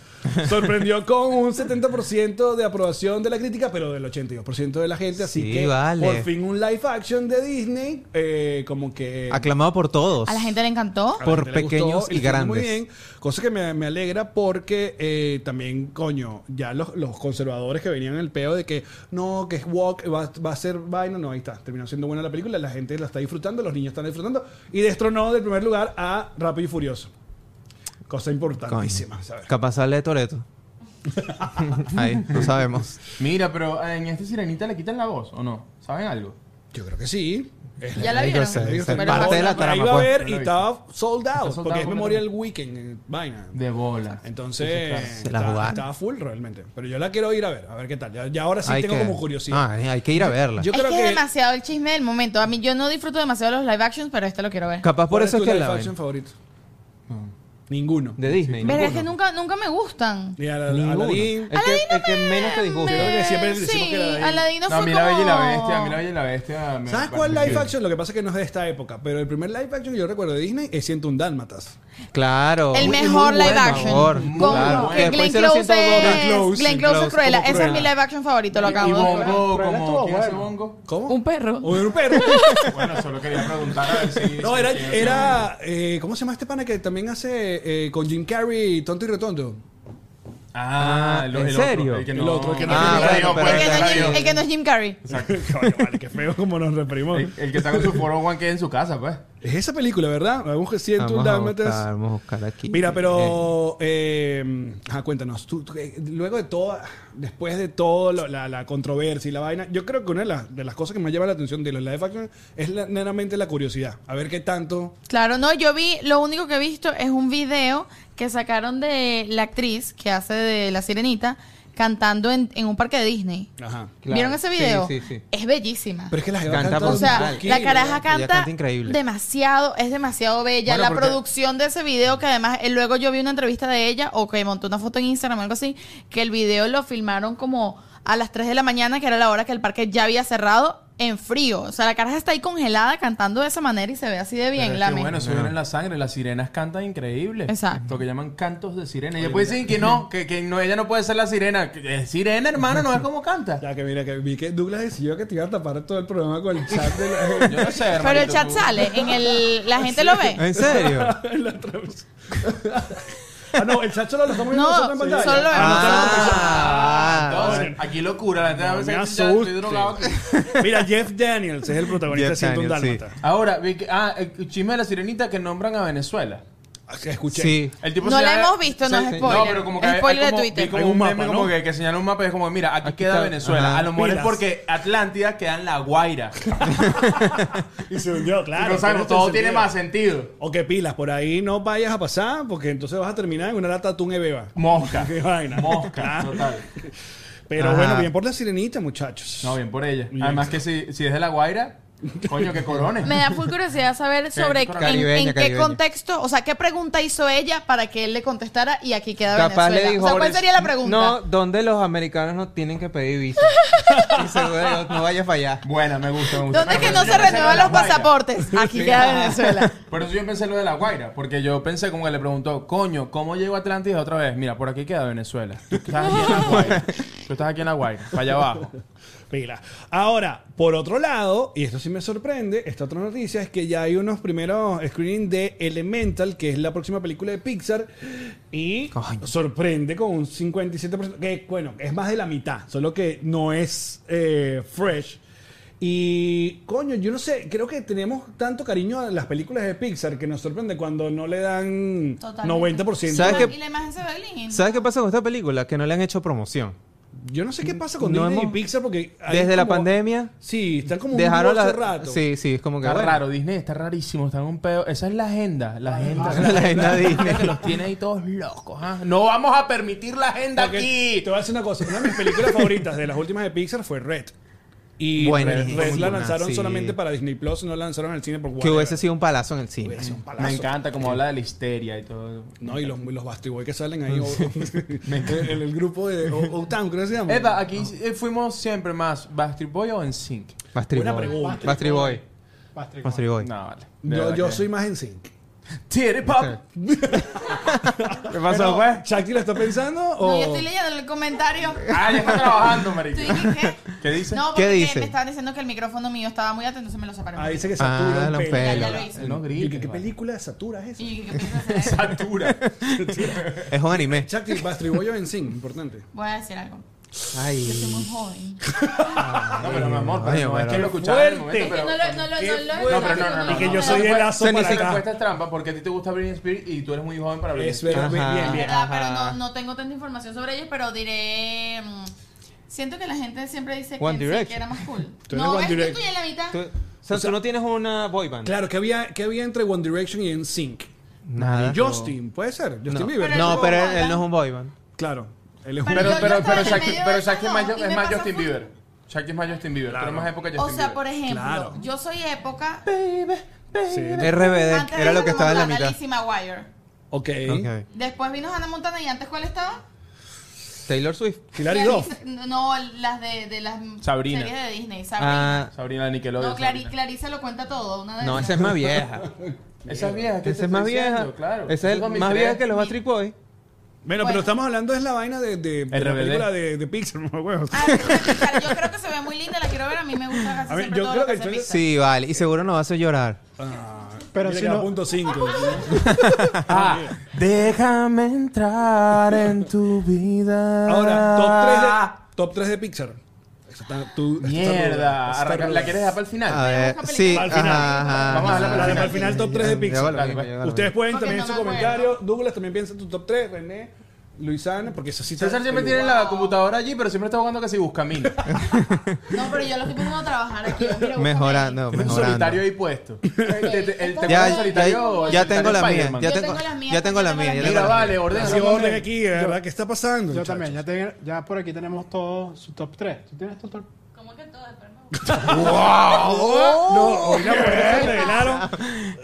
Sorprendió con un 70% de aprobación de la crítica, pero del 82% de la gente. Así
Sí,
que
vale.
por fin un live action de Disney, eh, como que.
Aclamado por todos.
A la gente le encantó.
A la
Por
gente le gustó,
pequeños
le
y
fue Muy
grandes.
bien, cosa que me, me alegra porque eh, también, coño, ya los, los conservadores que venían en el peo de que no, que es walk, va, va a ser vaina, no, ahí está, terminó siendo buena la película, la gente la está disfrutando, los niños están disfrutando y destronó del primer lugar a Rápido y Furioso. Cosa
Coño.
importantísima, ¿sabes?
Capaz sale de Toreto. Ahí, no sabemos.
Mira, pero en este Sirenita le quitan la voz, ¿o no? ¿Saben algo?
Yo creo que sí. Es
Ya la
Yo
vieron.
sé,
Ellos
sé,
también
parte
la-
de la
ahí
trama,
iba a
pues.
ver
No
y
la he
estaba sold out,
Está sold
porque
out
es Memorial
completamente.
Weekend, eh, vaina.
De bola.
Entonces,
Sí,
Se la
está-
jugaron.
estaba full realmente. Pero yo la quiero ir a ver, a ver qué tal. Ya, ya ahora sí
Hay
tengo
que-
como curiosidad.
Ah, hay que ir a verla.
Yo
es
creo
que es
que-
demasiado el chisme del momento. A mí yo no disfruto demasiado los live actions, pero este lo quiero ver.
Capaz por
¿Cuál
eso es
tu
que
live
la ven.
action favorito? Ninguno.
de Disney. ¿no?
Pero es que nunca, nunca me gustan.
Ni a la-
Ninguno.
Aladdin.
El que, el que menos te disgusta.
creo que siempre
sí,
decimos que la de-
Aladino
No, a
fue
mí
como...
la bella y la bestia, a mí la bella y la bestia. me-
¿Sabes
me
cuál
parece
live
que-
action? Lo que pasa es que no es de esta época, pero el primer live action que yo recuerdo de Disney es Siento un Dálmatas.
Claro.
El
Muy-
mejor
muy
live
bueno,
action.
amor.
Con
Claro.
que
Que después
Glenn
hicieron
Close,
102.
Glenn
es-
Close.
Glenn Close
Close
es Cruella.
como
Esa es mi
Cruella.
live action favorito, lo
Y
acabo de ver.
Bongo,
Cruella
como.
estuvo
¿Quién hace
bueno.
Bongo?
¿Cómo?
Un perro.
O de un perro.
Bueno, solo quería preguntar a ver si.
No, era.
si-
era eh, ¿Cómo se llama este pana que también hace eh, con Jim Carrey, Tonto y Retonto?
Ah,
Ah,
el,
¿en
el
serio?
Otro, el, que
El
no,
otro, el que no-
Ah,
El que
bueno,
no-
pues,
El que no es
radio.
Jim- el que no es Jim Carrey.
Exacto.
Coño, vale, qué feo como nos reprimos.
El, el que está con su foro One que es en su casa, pues.
Es esa película, ¿verdad? Algún Siento un
Vamos a, buscar,
Dálmatas.
vamos a buscar aquí.
Mira, pero. Eh, ajá, cuéntanos. Tú, tú, eh, luego de toda. Después de todo lo- la, la controversia y la vaina. Yo creo que una de las, de las cosas que más llama la atención de los live action es la- meramente la curiosidad. A ver qué tanto.
Claro, no, yo vi, lo único que he visto es un video que sacaron de la actriz que hace de La Sirenita cantando en, en un parque de Disney.
Ajá.
Claro.
¿Vieron ese
Sí,
video?
sí, sí.
Es bellísima.
Pero es que las
Canta
o sea,
brutal.
la caraja
Ella canta
canta,
increíble.
demasiado, es demasiado bella.
Bueno,
la
porque-
producción de ese video, que además eh, luego yo vi una entrevista de ella, o que montó una foto en Instagram o algo así, que el video lo filmaron como a las 3 de la mañana, que era la hora que el parque ya había cerrado, en frío. O sea, la caraja está ahí congelada cantando de esa manera y se ve así de bien.
Pero es
la
que,
misma.
bueno, eso viene en la sangre. Las sirenas cantan increíble.
Exacto.
Lo que llaman cantos de sirena. Ella puede decir que no, que, que no, ella no puede ser la sirena. Que- eh, Sirena, hermano, no es como canta.
Ya que mira, que vi que Douglas decidió que te iba a tapar todo el programa con el chat de la,
Yo no sé, hermano.
Pero el chat sale, en el, la gente lo ve.
¿En serio?
la traducción. ah, no, el chat solo lo estamos viendo
No,
nosotros en pantalla.
solo lo vemos.
Ah,
Entonces, aquí locura. La gente a
No,
veces
me
dice, ya, estoy
asustes.
drogado. aquí.
Mira, Jeff Daniels es el protagonista
Jeff
de Siento un
Daniels, sí.
Dálmata.
Ahora, vi que- ah, el chisme de la sirenita que nombran a Venezuela.
Ah, que Escuché.
sí.
El tipo
No
se
la
llama-
hemos visto, no
Sí,
es
sí.
spoiler.
No, pero como que hay-
Spoiler
hay
de
como-
Twitter.
vi como
Hay
un,
un
meme
mapa,
como
¿no?
que, que señala un mapa y es como, mira, aquí, queda
está-
Venezuela.
ajá.
A lo mejor es
Pilas.
porque Atlántida queda en La Guaira.
Y se hundió, claro.
no sabemos,
tiene
todo
sentido.
tiene más sentido.
O que pilas, por ahí no vayas a pasar porque entonces vas a terminar en una lata de atún e beba.
Mosca.
Qué vaina.
Mosca, total.
Pero
Ajá.
bueno, bien por la sirenita, muchachos.
No, bien por ella. Además que si, si es de La Guaira, coño, que corone.
Me da full curiosidad saber sobre en-
Caribeña,
en, qué
caribeña.
contexto, o sea, qué pregunta hizo ella para que él le contestara y aquí queda
Capaz
Venezuela.
le dijo.
o sea, ¿cuál sería la pregunta?
No, ¿dónde los americanos no tienen que pedir visa? y seguro digo, no vayas para allá.
Buena, me gusta, me gusta.
¿Dónde es
Pero
que no
yo
se
pensé lo de
renuevan
La
los
Guaira.
pasaportes? Aquí queda Venezuela.
Por eso yo pensé lo de La Guaira, porque yo pensé como que le preguntó, coño, ¿cómo llego a Atlántida otra vez? Mira, por aquí queda Venezuela. Tú estás aquí en La Guaira. Tú estás aquí en La Guaira, para allá abajo.
Pila. Ahora, por otro lado, y esto sí me sorprende, esta otra noticia es que ya hay unos primeros screenings de Elemental, que es la próxima película de Pixar, y
Coño.
sorprende con un 57%, que bueno, es más de la mitad, solo que no es eh, fresh. Y coño, yo no sé, creo que tenemos tanto cariño a las películas de Pixar que nos sorprende cuando no le dan
Totalmente.
90%.
¿Sabes qué?
Y la imagen se ve linda.
¿Sabes qué pasa con esta película? Que no le han hecho promoción.
Yo no sé qué pasa con
No
Disney
hemos-
y Pixar porque hay
Desde la
como-
pandemia
Sí, están como
dejaron
un divorcio
la.
rato.
Sí, sí, es como que.
Está
bueno.
raro, Disney está rarísimo, está en un pedo. Esa es la agenda, la agenda.
La agenda de Disney.
que los tiene ahí todos locos. ¿ah? No vamos a permitir la agenda
Porque
aquí.
Te voy a decir una cosa. Una de mis películas favoritas de las últimas de Pixar fue Red. Y
Buena,
Red,
muy
Red la
buena,
lanzaron
sí.
solamente para Disney Plus, no la lanzaron al cine por
Que
whatever.
hubiese sido Mm, un palazo en el cine.
Hubiera sido un palazo.
Me encanta como habla de la histeria y todo.
No, y los, los Basti Boy que salen ahí. o- en el, grupo de O-Town, creo que se llama.
Epa, aquí eh, fuimos siempre más Backstreet Boy o en Sync.
Bastry
Buena
Boy.
pregunta.
Bastry Boy.
Patrick.
Bastry Boy.
No, vale. De
Yo,
verdad
yo
que-
soy más en sync.
Titty Pop. ¿Qué pasó, pues?
¿Chakti la está pensando? O...
No, yo
Oh.
estoy leyendo el comentario.
Ah, ya está trabajando, marico.
¿Tú dijiste qué?
¿Qué dice?
No, porque
¿Qué dice?
me estaban diciendo que el micrófono mío estaba muy atento, entonces me lo separaron.
Ah, dice que
Ah,
satura. un
la
pelo.
Ya, ya
pela.
lo hice.
No
Y que,
grites.
¿Qué
vale.
película de satura es esa?
Y yo, ¿qué piensas hacer?
Satura.
Es un anime.
Chakti, Bastry Boy o en sync, importante.
Voy a decir algo. Yo soy muy
Ay.
joven.
No, pero mi amor, pero
Coño,
no, es
pero-
que lo escuchaba en el
Fuerte.
momento,
No
pero...
lo, no lo, no lo.
No, pero no, no, no.
Y que
no,
yo
no,
soy
no,
el
fue-
lazo
fue-
para
esa
acá.
respuesta es trampa porque a ti te gusta Britney Spears y tú eres muy joven para Britney
Es
Spears.
verdad.
Ajá.
Bien, bien.
verdad, pero
Ajá.
no, no tengo tanta información sobre ellos, pero diré... mm, Siento que la gente siempre dice que,
One
sí,
Direction.
que era más cool.
Tú eres
No,
One
es que
Direction.
estoy en la mitad.
Tú, o sea, tú no tienes una boy band.
Claro, ¿qué había, qué había entre One Direction y en sync?
Nada.
Y Justin, puede ser. Justin
Ah, No,
Bieber.
Pero él
no,
no
pero
es
él,
boy
él no es un boy band.
Claro. Él es un-
Pero,
Pero yo
pero,
estaba
pero,
en el
Shaq-
medio
pero
de
Shaq es
esas
más,
dos y
es
me
más
pasó
Justin
full.
Bieber. Shaq es más Justin Bieber.
Claro.
Pero más época de
O
Justin
sea, por
Bieber.
ejemplo,
Claro.
yo soy época...
Baby, baby.
Sí.
RBD
antes
era
de
lo Eh, que
como
estaba en la
Lizzie
mitad.
McGuire.
Ok.
Ok.
Después vino Hannah Montana y antes ¿cuál estaba?
Taylor Swift.
Hilary
Clarice-
Duff.
No, las de, de las
Sabrina.
series de Disney. Sabrina.
Ah,
Sabrina de Nickelodeon.
no, Clari-
Sabrina.
Clarice lo cuenta todo. Una de
no,
esas.
esa es más vieja.
Esa es vieja. ¿qué te
Esa
estoy
es más
diciendo?
vieja.
Claro.
Esa es
Eso
más
2003.
vieja que los Backstreet Boys.
Bueno, pero
Bueno.
estamos hablando es la vaina de, de, de la
RBD.
película de, de Pixar, no huevos.
Ah, Pixar, yo creo que se ve muy linda, la quiero ver. A mí me gusta casi
A ver,
siempre
yo
todo
creo
lo que,
que
hace
tú-
Pixar.
Sí, vale. Y seguro nos va a hacer llorar.
Pero
Ah, Mira
si
que va
no-
a punto 5.
Ah.
Déjame entrar en tu vida.
Ahora, top 3 de, top tres de Pixar. Esa está- tú- esa está ruda,
Mierda.
esa está
Arranca-
ruda.
¿La quieres dejar para el final?
A ver,
busca
sí.
película.
Al final.
ajá, ajá,
Vamos a hablar
ajá.
para el
Al final, top tres de
Ya,
Pixar.
ya, ya,
Dale,
ya,
pues.
ya, ya, ya.
Ustedes pueden
Porque
también
no
en su
me acuerdo.
comentario. Douglas también piensa tu top 3. René, Luisana, porque eso sí está-
César siempre tiene la computadora allí, pero siempre está jugando que si busca mil.
No, pero yo lo estoy poniendo a trabajar aquí. Mira, búscame.
Mejorando,
Tiene un
mejorando.
solitario ahí puesto. ¿Te, te- te- el-
Ya-
te acuerdas del
ya-
solitario?
ya
El solitario
tengo la mía,
Spider-Man.
ya
Yo
tengo-
tengo las mías,
ya tengo
yo
la
tengo
mía,
las
ya
mías.
tengo
Mira,
la
vale,
mía.
ordena.
Así
ordena.
orden aquí, de ¿verdad? ¿Qué está pasando?
Yo
muchachos?
también, ya, te- ya por aquí tenemos todos su top 3. ¿Tú tienes tu top
¿Cómo que todo? Espera, no.
No,
Oh.
hoy la mujer se revelaron.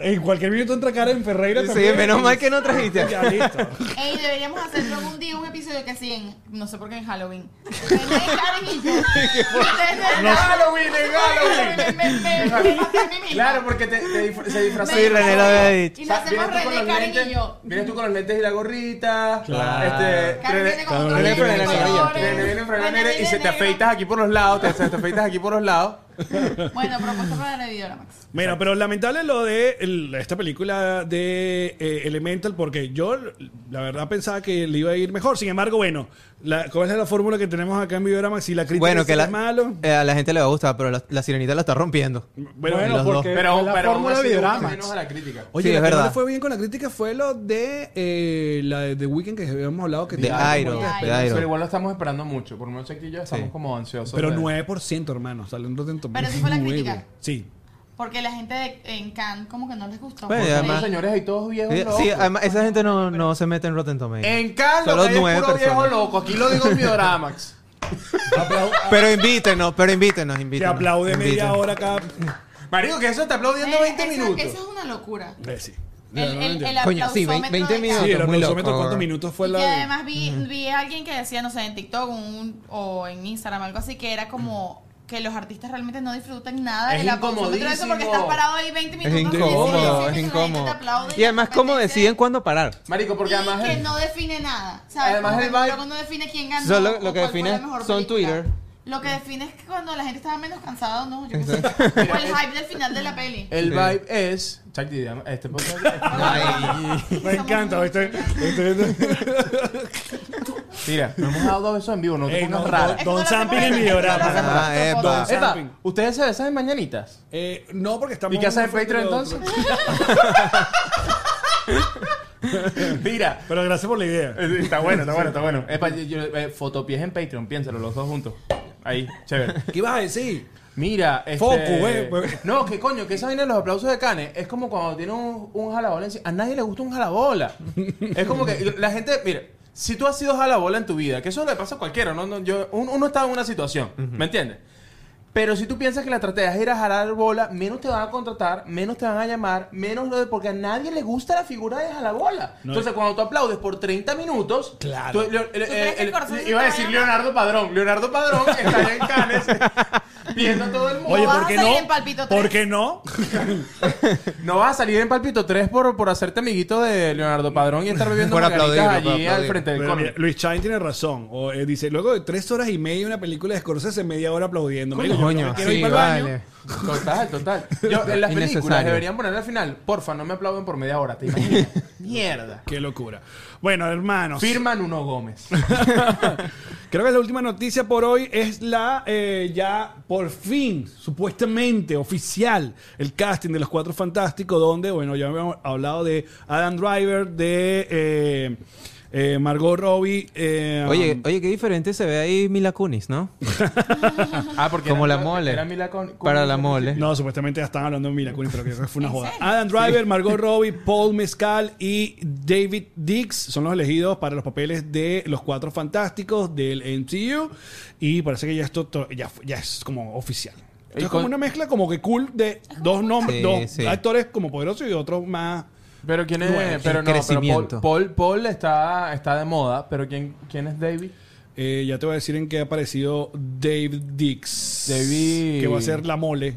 En cualquier minuto entra Karen Ferreira.
Sí,
también.
menos mal que no trajiste.
Ya listo.
Ey, deberíamos hacer algún día un episodio que sí, en, no sé por qué en Halloween. René, Karen y yo. En
Halloween, en Halloween.
Me, me, me, me maté a mí misma.
Claro, porque te, te disfra- se disfrazó.
Me
Sí, René lo había dicho.
Y
O
nos
sea,
hacemos
vienes tú con
René,
los
Karen y
lentes-
yo.
Vienes tú con los lentes y la gorrita.
Claro.
Este,
Karen
René-
viene con
René
otro
René
lente
frena
de
la
colores.
sombrilla. René viene frena la
René
negra y
viene
se te
negro.
afeitas aquí por los lados. Te, se te afeitas aquí por los lados.
Bueno, propuesta para la videora, Max.
Bueno, pero lamentable lo de el- esta película de eh, Elemental, porque yo la verdad pensaba que le iba a ir mejor. Sin embargo, bueno, la, ¿cuál es la fórmula que tenemos acá en Videorama? Si la crítica
Bueno,
dice
que la,
es malo.
eh, a la gente le va a gustar, pero la, la sirenita la está rompiendo.
Bueno,
Bueno,
los
porque
Pero,
fue la
pero aún
fórmula
así le gusta
Videorama.
menos a la crítica.
Sí,
Oye, la
es
que no
verdad.
le fue bien con la crítica fue lo de eh, la de The Weeknd que habíamos hablado que
De
tenía
Iron,
como-
Iron.
de
Pero
Iron.
igual lo estamos esperando mucho. Por lo menos aquí y yo estamos
Sí.
como ansiosos.
Pero
de-
9%, hermano. Sale un Rotten
Pero sí fue la crítica.
9. Sí.
Porque la gente de, en Cannes como que no les gustó.
Bueno,
mucho.
y
Son
además-
unos señores ahí todos viejos
Sí,
locos.
sí, además, esa gente no, no se mete en Rotten Tomatoes.
En Carlos
Solo
hay puro
nueve
viejo
personas.
loco. Aquí lo digo en Videoramax.
Pero invítenos, pero invítenos,
Te
invítenos.
aplaude media
invítenos.
hora cada.
Marico, que eso está aplaudiendo
Eh,
20
esa-
minutos.
Esa es una locura.
Eh, sí.
El, el, el
Coño, sí,
aplausómetro
20
de
minutos.
Sí, el
Muy loco.
aplausómetro, ¿cuántos minutos
Pues
fue
y
la
que
de-
además vi, vi a alguien que decía, no sé, en TikTok un- o en Instagram, algo así, que era como que los artistas realmente no disfrutan nada
Es
de la de eso porque
incomodísimo.
estás parado ahí 20
Es
minutos.
incómodo, es incómodo. Y además, ¿cómo deciden cuándo parar?
Marico, porque además.
que
el-
no define nada. ¿sabes?
Además
Como
el
que
vibe-
luego no define quién ganó.
Solo lo
o
que
cuál fue la
define
mejor
son
película.
Twitter.
Lo que define es que cuando la gente estaba menos cansada, no, yo qué sé. O el hype del final de la peli.
El
Sí.
vibe es. Chuck D, llama- este podcast-
Me encanta, ¿viste?
Mira, no hemos dado dos besos en vivo, no te
Ey,
pongas
no,
rara.
Es que
Don
no lo
Zamping
hacemos
en
en
Videorama.
TikTok, no
Ah,
lo hacemos en
epa.
fotos.
Epa,
Zamping.
¿ustedes se besan en mañanitas?
Eh, no, porque estamos.
¿Y qué haces en
uno frente
Patreon
al otro.
entonces? Mira.
Pero gracias por la idea.
eh, Está bueno, está bueno, está bueno. Epa, yo- yo- eh, fotopies en Patreon, piénsalo, los dos juntos. Ahí, chévere.
¿Qué ibas a decir?
Mira, este...
Foco, güey.
No, que coño, que esa vaina de los aplausos de Canes es como cuando tiene un, un jalabola encima. A nadie le gusta un jalabola. es como que la gente, mira, si tú has sido jalabola en tu vida, que eso le pasa a cualquiera, ¿no? No, yo, un- uno está en una situación, ¿me entiendes? Pero si tú piensas que la estrategia es ir a jalar bola, menos te van a contratar, menos te van a llamar, menos lo de... Porque a nadie le gusta la figura de jalabola.
No,
Entonces, cuando tú aplaudes por 30 minutos...
Claro.
tú- Leo- eh,
crees que
eh,
el corazón se
iba a
te
decir
vaya?
Leonardo Padrón. Leonardo Padrón está allá en Canes viendo a todo el mundo.
Oye,
vas
¿por
a
qué
salir en
no?
Palpito
¿Por
tres?
qué no?
No vas a salir en Palpito 3 por, por hacerte amiguito de Leonardo Padrón y estar bebiendo
Por
margaritas
aplaudirlo, por
allí al
aplaudirlo.
frente del
Pero
cono.
mira, Luis Chain tiene razón. O, eh, dice, luego de tres horas y media una película de Scorsese, media hora aplaudiendo. Marico, yo no
Coño,
me quiero ir
sí,
para el baño.
vale.
Total, total. Yo, en las películas
Innecesario.
deberían poner al final, porfa, no me aplauden por media hora, te imaginas. Mierda.
Qué locura. Bueno, hermanos.
Firman uno Gómez.
Creo que la última noticia por hoy es la eh, ya por fin, supuestamente oficial, el casting de Los Cuatro Fantásticos, donde, bueno, ya habíamos hablado de Adam Driver, de eh, eh, Margot Robbie. eh,
Oye,
um,
oye, qué diferente se ve ahí Mila Kunis, ¿no?
Ah, porque
Como
era-
la mole.
era Mila Kun- Kun-
Para la mole.
No, supuestamente ya estaban hablando de Mila Kunis, pero creo que fue una joda. Adam Driver, Margot Robbie, Paul Mescal y David Dix son los elegidos para los papeles de los cuatro fantásticos del MCU. Y parece que ya esto to- ya, fu- ya es como oficial. Esto
Y
es como
con-
una mezcla como que cool de dos nombres,
Sí,
dos
sí.
actores como poderosos y otros más
Pero quién es.
Bueno,
pero no, pero
el
Paul,
crecimiento.
Paul, Paul está, está de moda, pero ¿quién, quién es David?
Eh, ya te voy a decir en qué ha aparecido Dave Dix.
David-
Que va a ser la mole.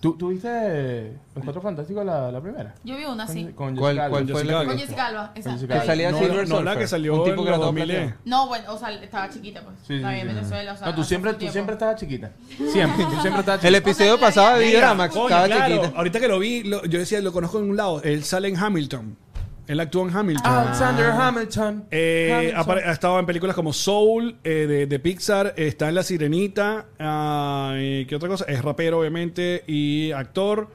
¿Tú, tú viste Los Cuatro Fantásticos la, la primera?
Yo vi una así.
Con, Ah, con
¿Cuál-
Jessica
cuál
Alba.
fue
Jessica
la
Alba.
Con
que-
Jessica Alba, exacto.
Jessica
que salía
No,
Silver
no, la
Surfer?
que salió
Un tipo
en
que era
los e.
todo
2000.
plateado.
No, bueno, o sea, estaba chiquita, pues.
Sí, sí,
Está bien,
sí.
Venezuela, o sea,
No, tú
hace
siempre,
un
tú
tiempo.
siempre estabas chiquita. Siempre, tú siempre estabas
El
chiquita.
episodio
O sea,
pasado de
la-
Videoramax
Coño,
estaba
claro.
chiquita.
Ahorita que lo vi, lo- yo decía, lo conozco en un lado. Él sale en Hamilton. Él actuó en Hamilton.
Ah,
Alexander Hamilton.
Eh,
Hamilton.
apare- ha estado en películas como Soul eh, de, de Pixar, está en La Sirenita, ah, y ¿qué otra cosa? Es rapero obviamente y actor.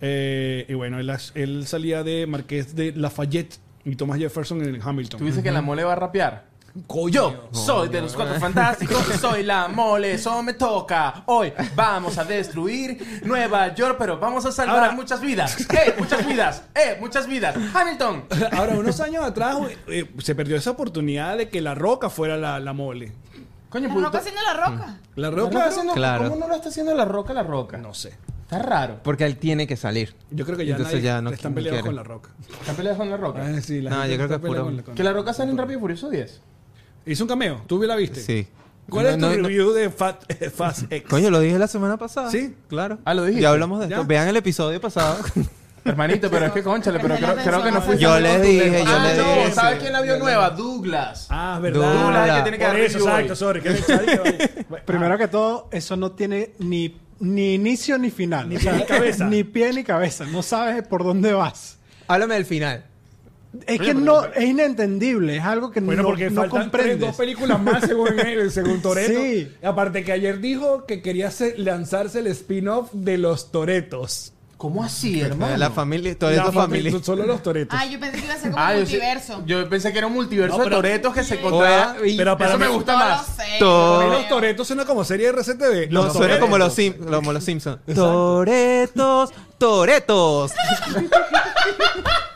eh, y bueno, él, as- él salía de Marqués de Lafayette y Thomas Jefferson en Hamilton.
Tú dices que la mole va a rapear.
Coño.
Yo soy de los cuatro fantásticos, soy la mole, eso me toca. Hoy vamos a destruir Nueva York, pero vamos a salvar
Ahora-
muchas vidas. ¡Eh, muchas vidas! ¡Eh, muchas vidas! ¡Hamilton!
Ahora, unos años atrás eh, se perdió esa oportunidad de que La Roca fuera la, la mole.
Coño,
La
puta.
roca haciendo la roca.
¿La
La Roca,
Roca haciendo-
Claro.
¿Cómo no lo está haciendo la roca la roca?
no sé.
Está raro.
Porque él tiene que salir.
Yo creo que ya,
Entonces
nadie-
ya no
están
qui-
peleados
quiere.
con La Roca.
¿Están peleadas con la roca?
Ah, sí, la
No,
gente
yo creo
está
que es puro-
peleada con la- con
Que la roca sale en Rápido y Furioso 10.
Hizo un cameo. ¿Tú la viste?
Sí.
¿Cuál
No,
es tu
no, no.
review de Fat, eh, Fast X?
Coño, lo dije la semana pasada.
¿Sí?
claro.
Ah, ¿lo dijiste?
Ya hablamos de
¿Ya?
esto. Vean el episodio pasado.
Hermanito, pero es que conchale, pero creo, creo que no fuiste.
Yo les dije, yo
Ah,
les
no,
dije.
¿sabes quién la vio nueva? Douglas.
Ah, es
Dula,
verdad.
Douglas es el
la-
que tiene que
Por
dar
eso,
review hoy.
exacto, sorry. qué rechadito, eh.
Ah. Primero que todo, eso no tiene ni, ni inicio ni final.
Ni
O
pie
sea,
ni cabeza.
Ni pie ni cabeza. No sabes por dónde vas.
Háblame del final.
Es que no, es inentendible. Es algo que
Bueno,
no,
porque
no
faltan tres, dos
comprendes.
películas más según, él, según Toreto.
Sí.
Aparte que ayer dijo que quería se- lanzarse el spin-off de los Toretos.
¿Cómo así, hermano?
La familia, toda esta
La fami-
familia.
Solo los Toretos.
Ah, yo pensé que iba a ser como
Ah,
un
yo, sé-
multiverso.
yo pensé que era un multiverso
No,
de
pero-
toretos que se
O
encontraba.
era-
Eso
Pero para mí-
me gusta
No lo
más.
sé,
Todo.
no lo
Para mí
creo.
los Toretos suena como serie de RCTV.
No,
Los
suena como
Torettos.
los, Sim- como los Simpsons. Toretos, toretos.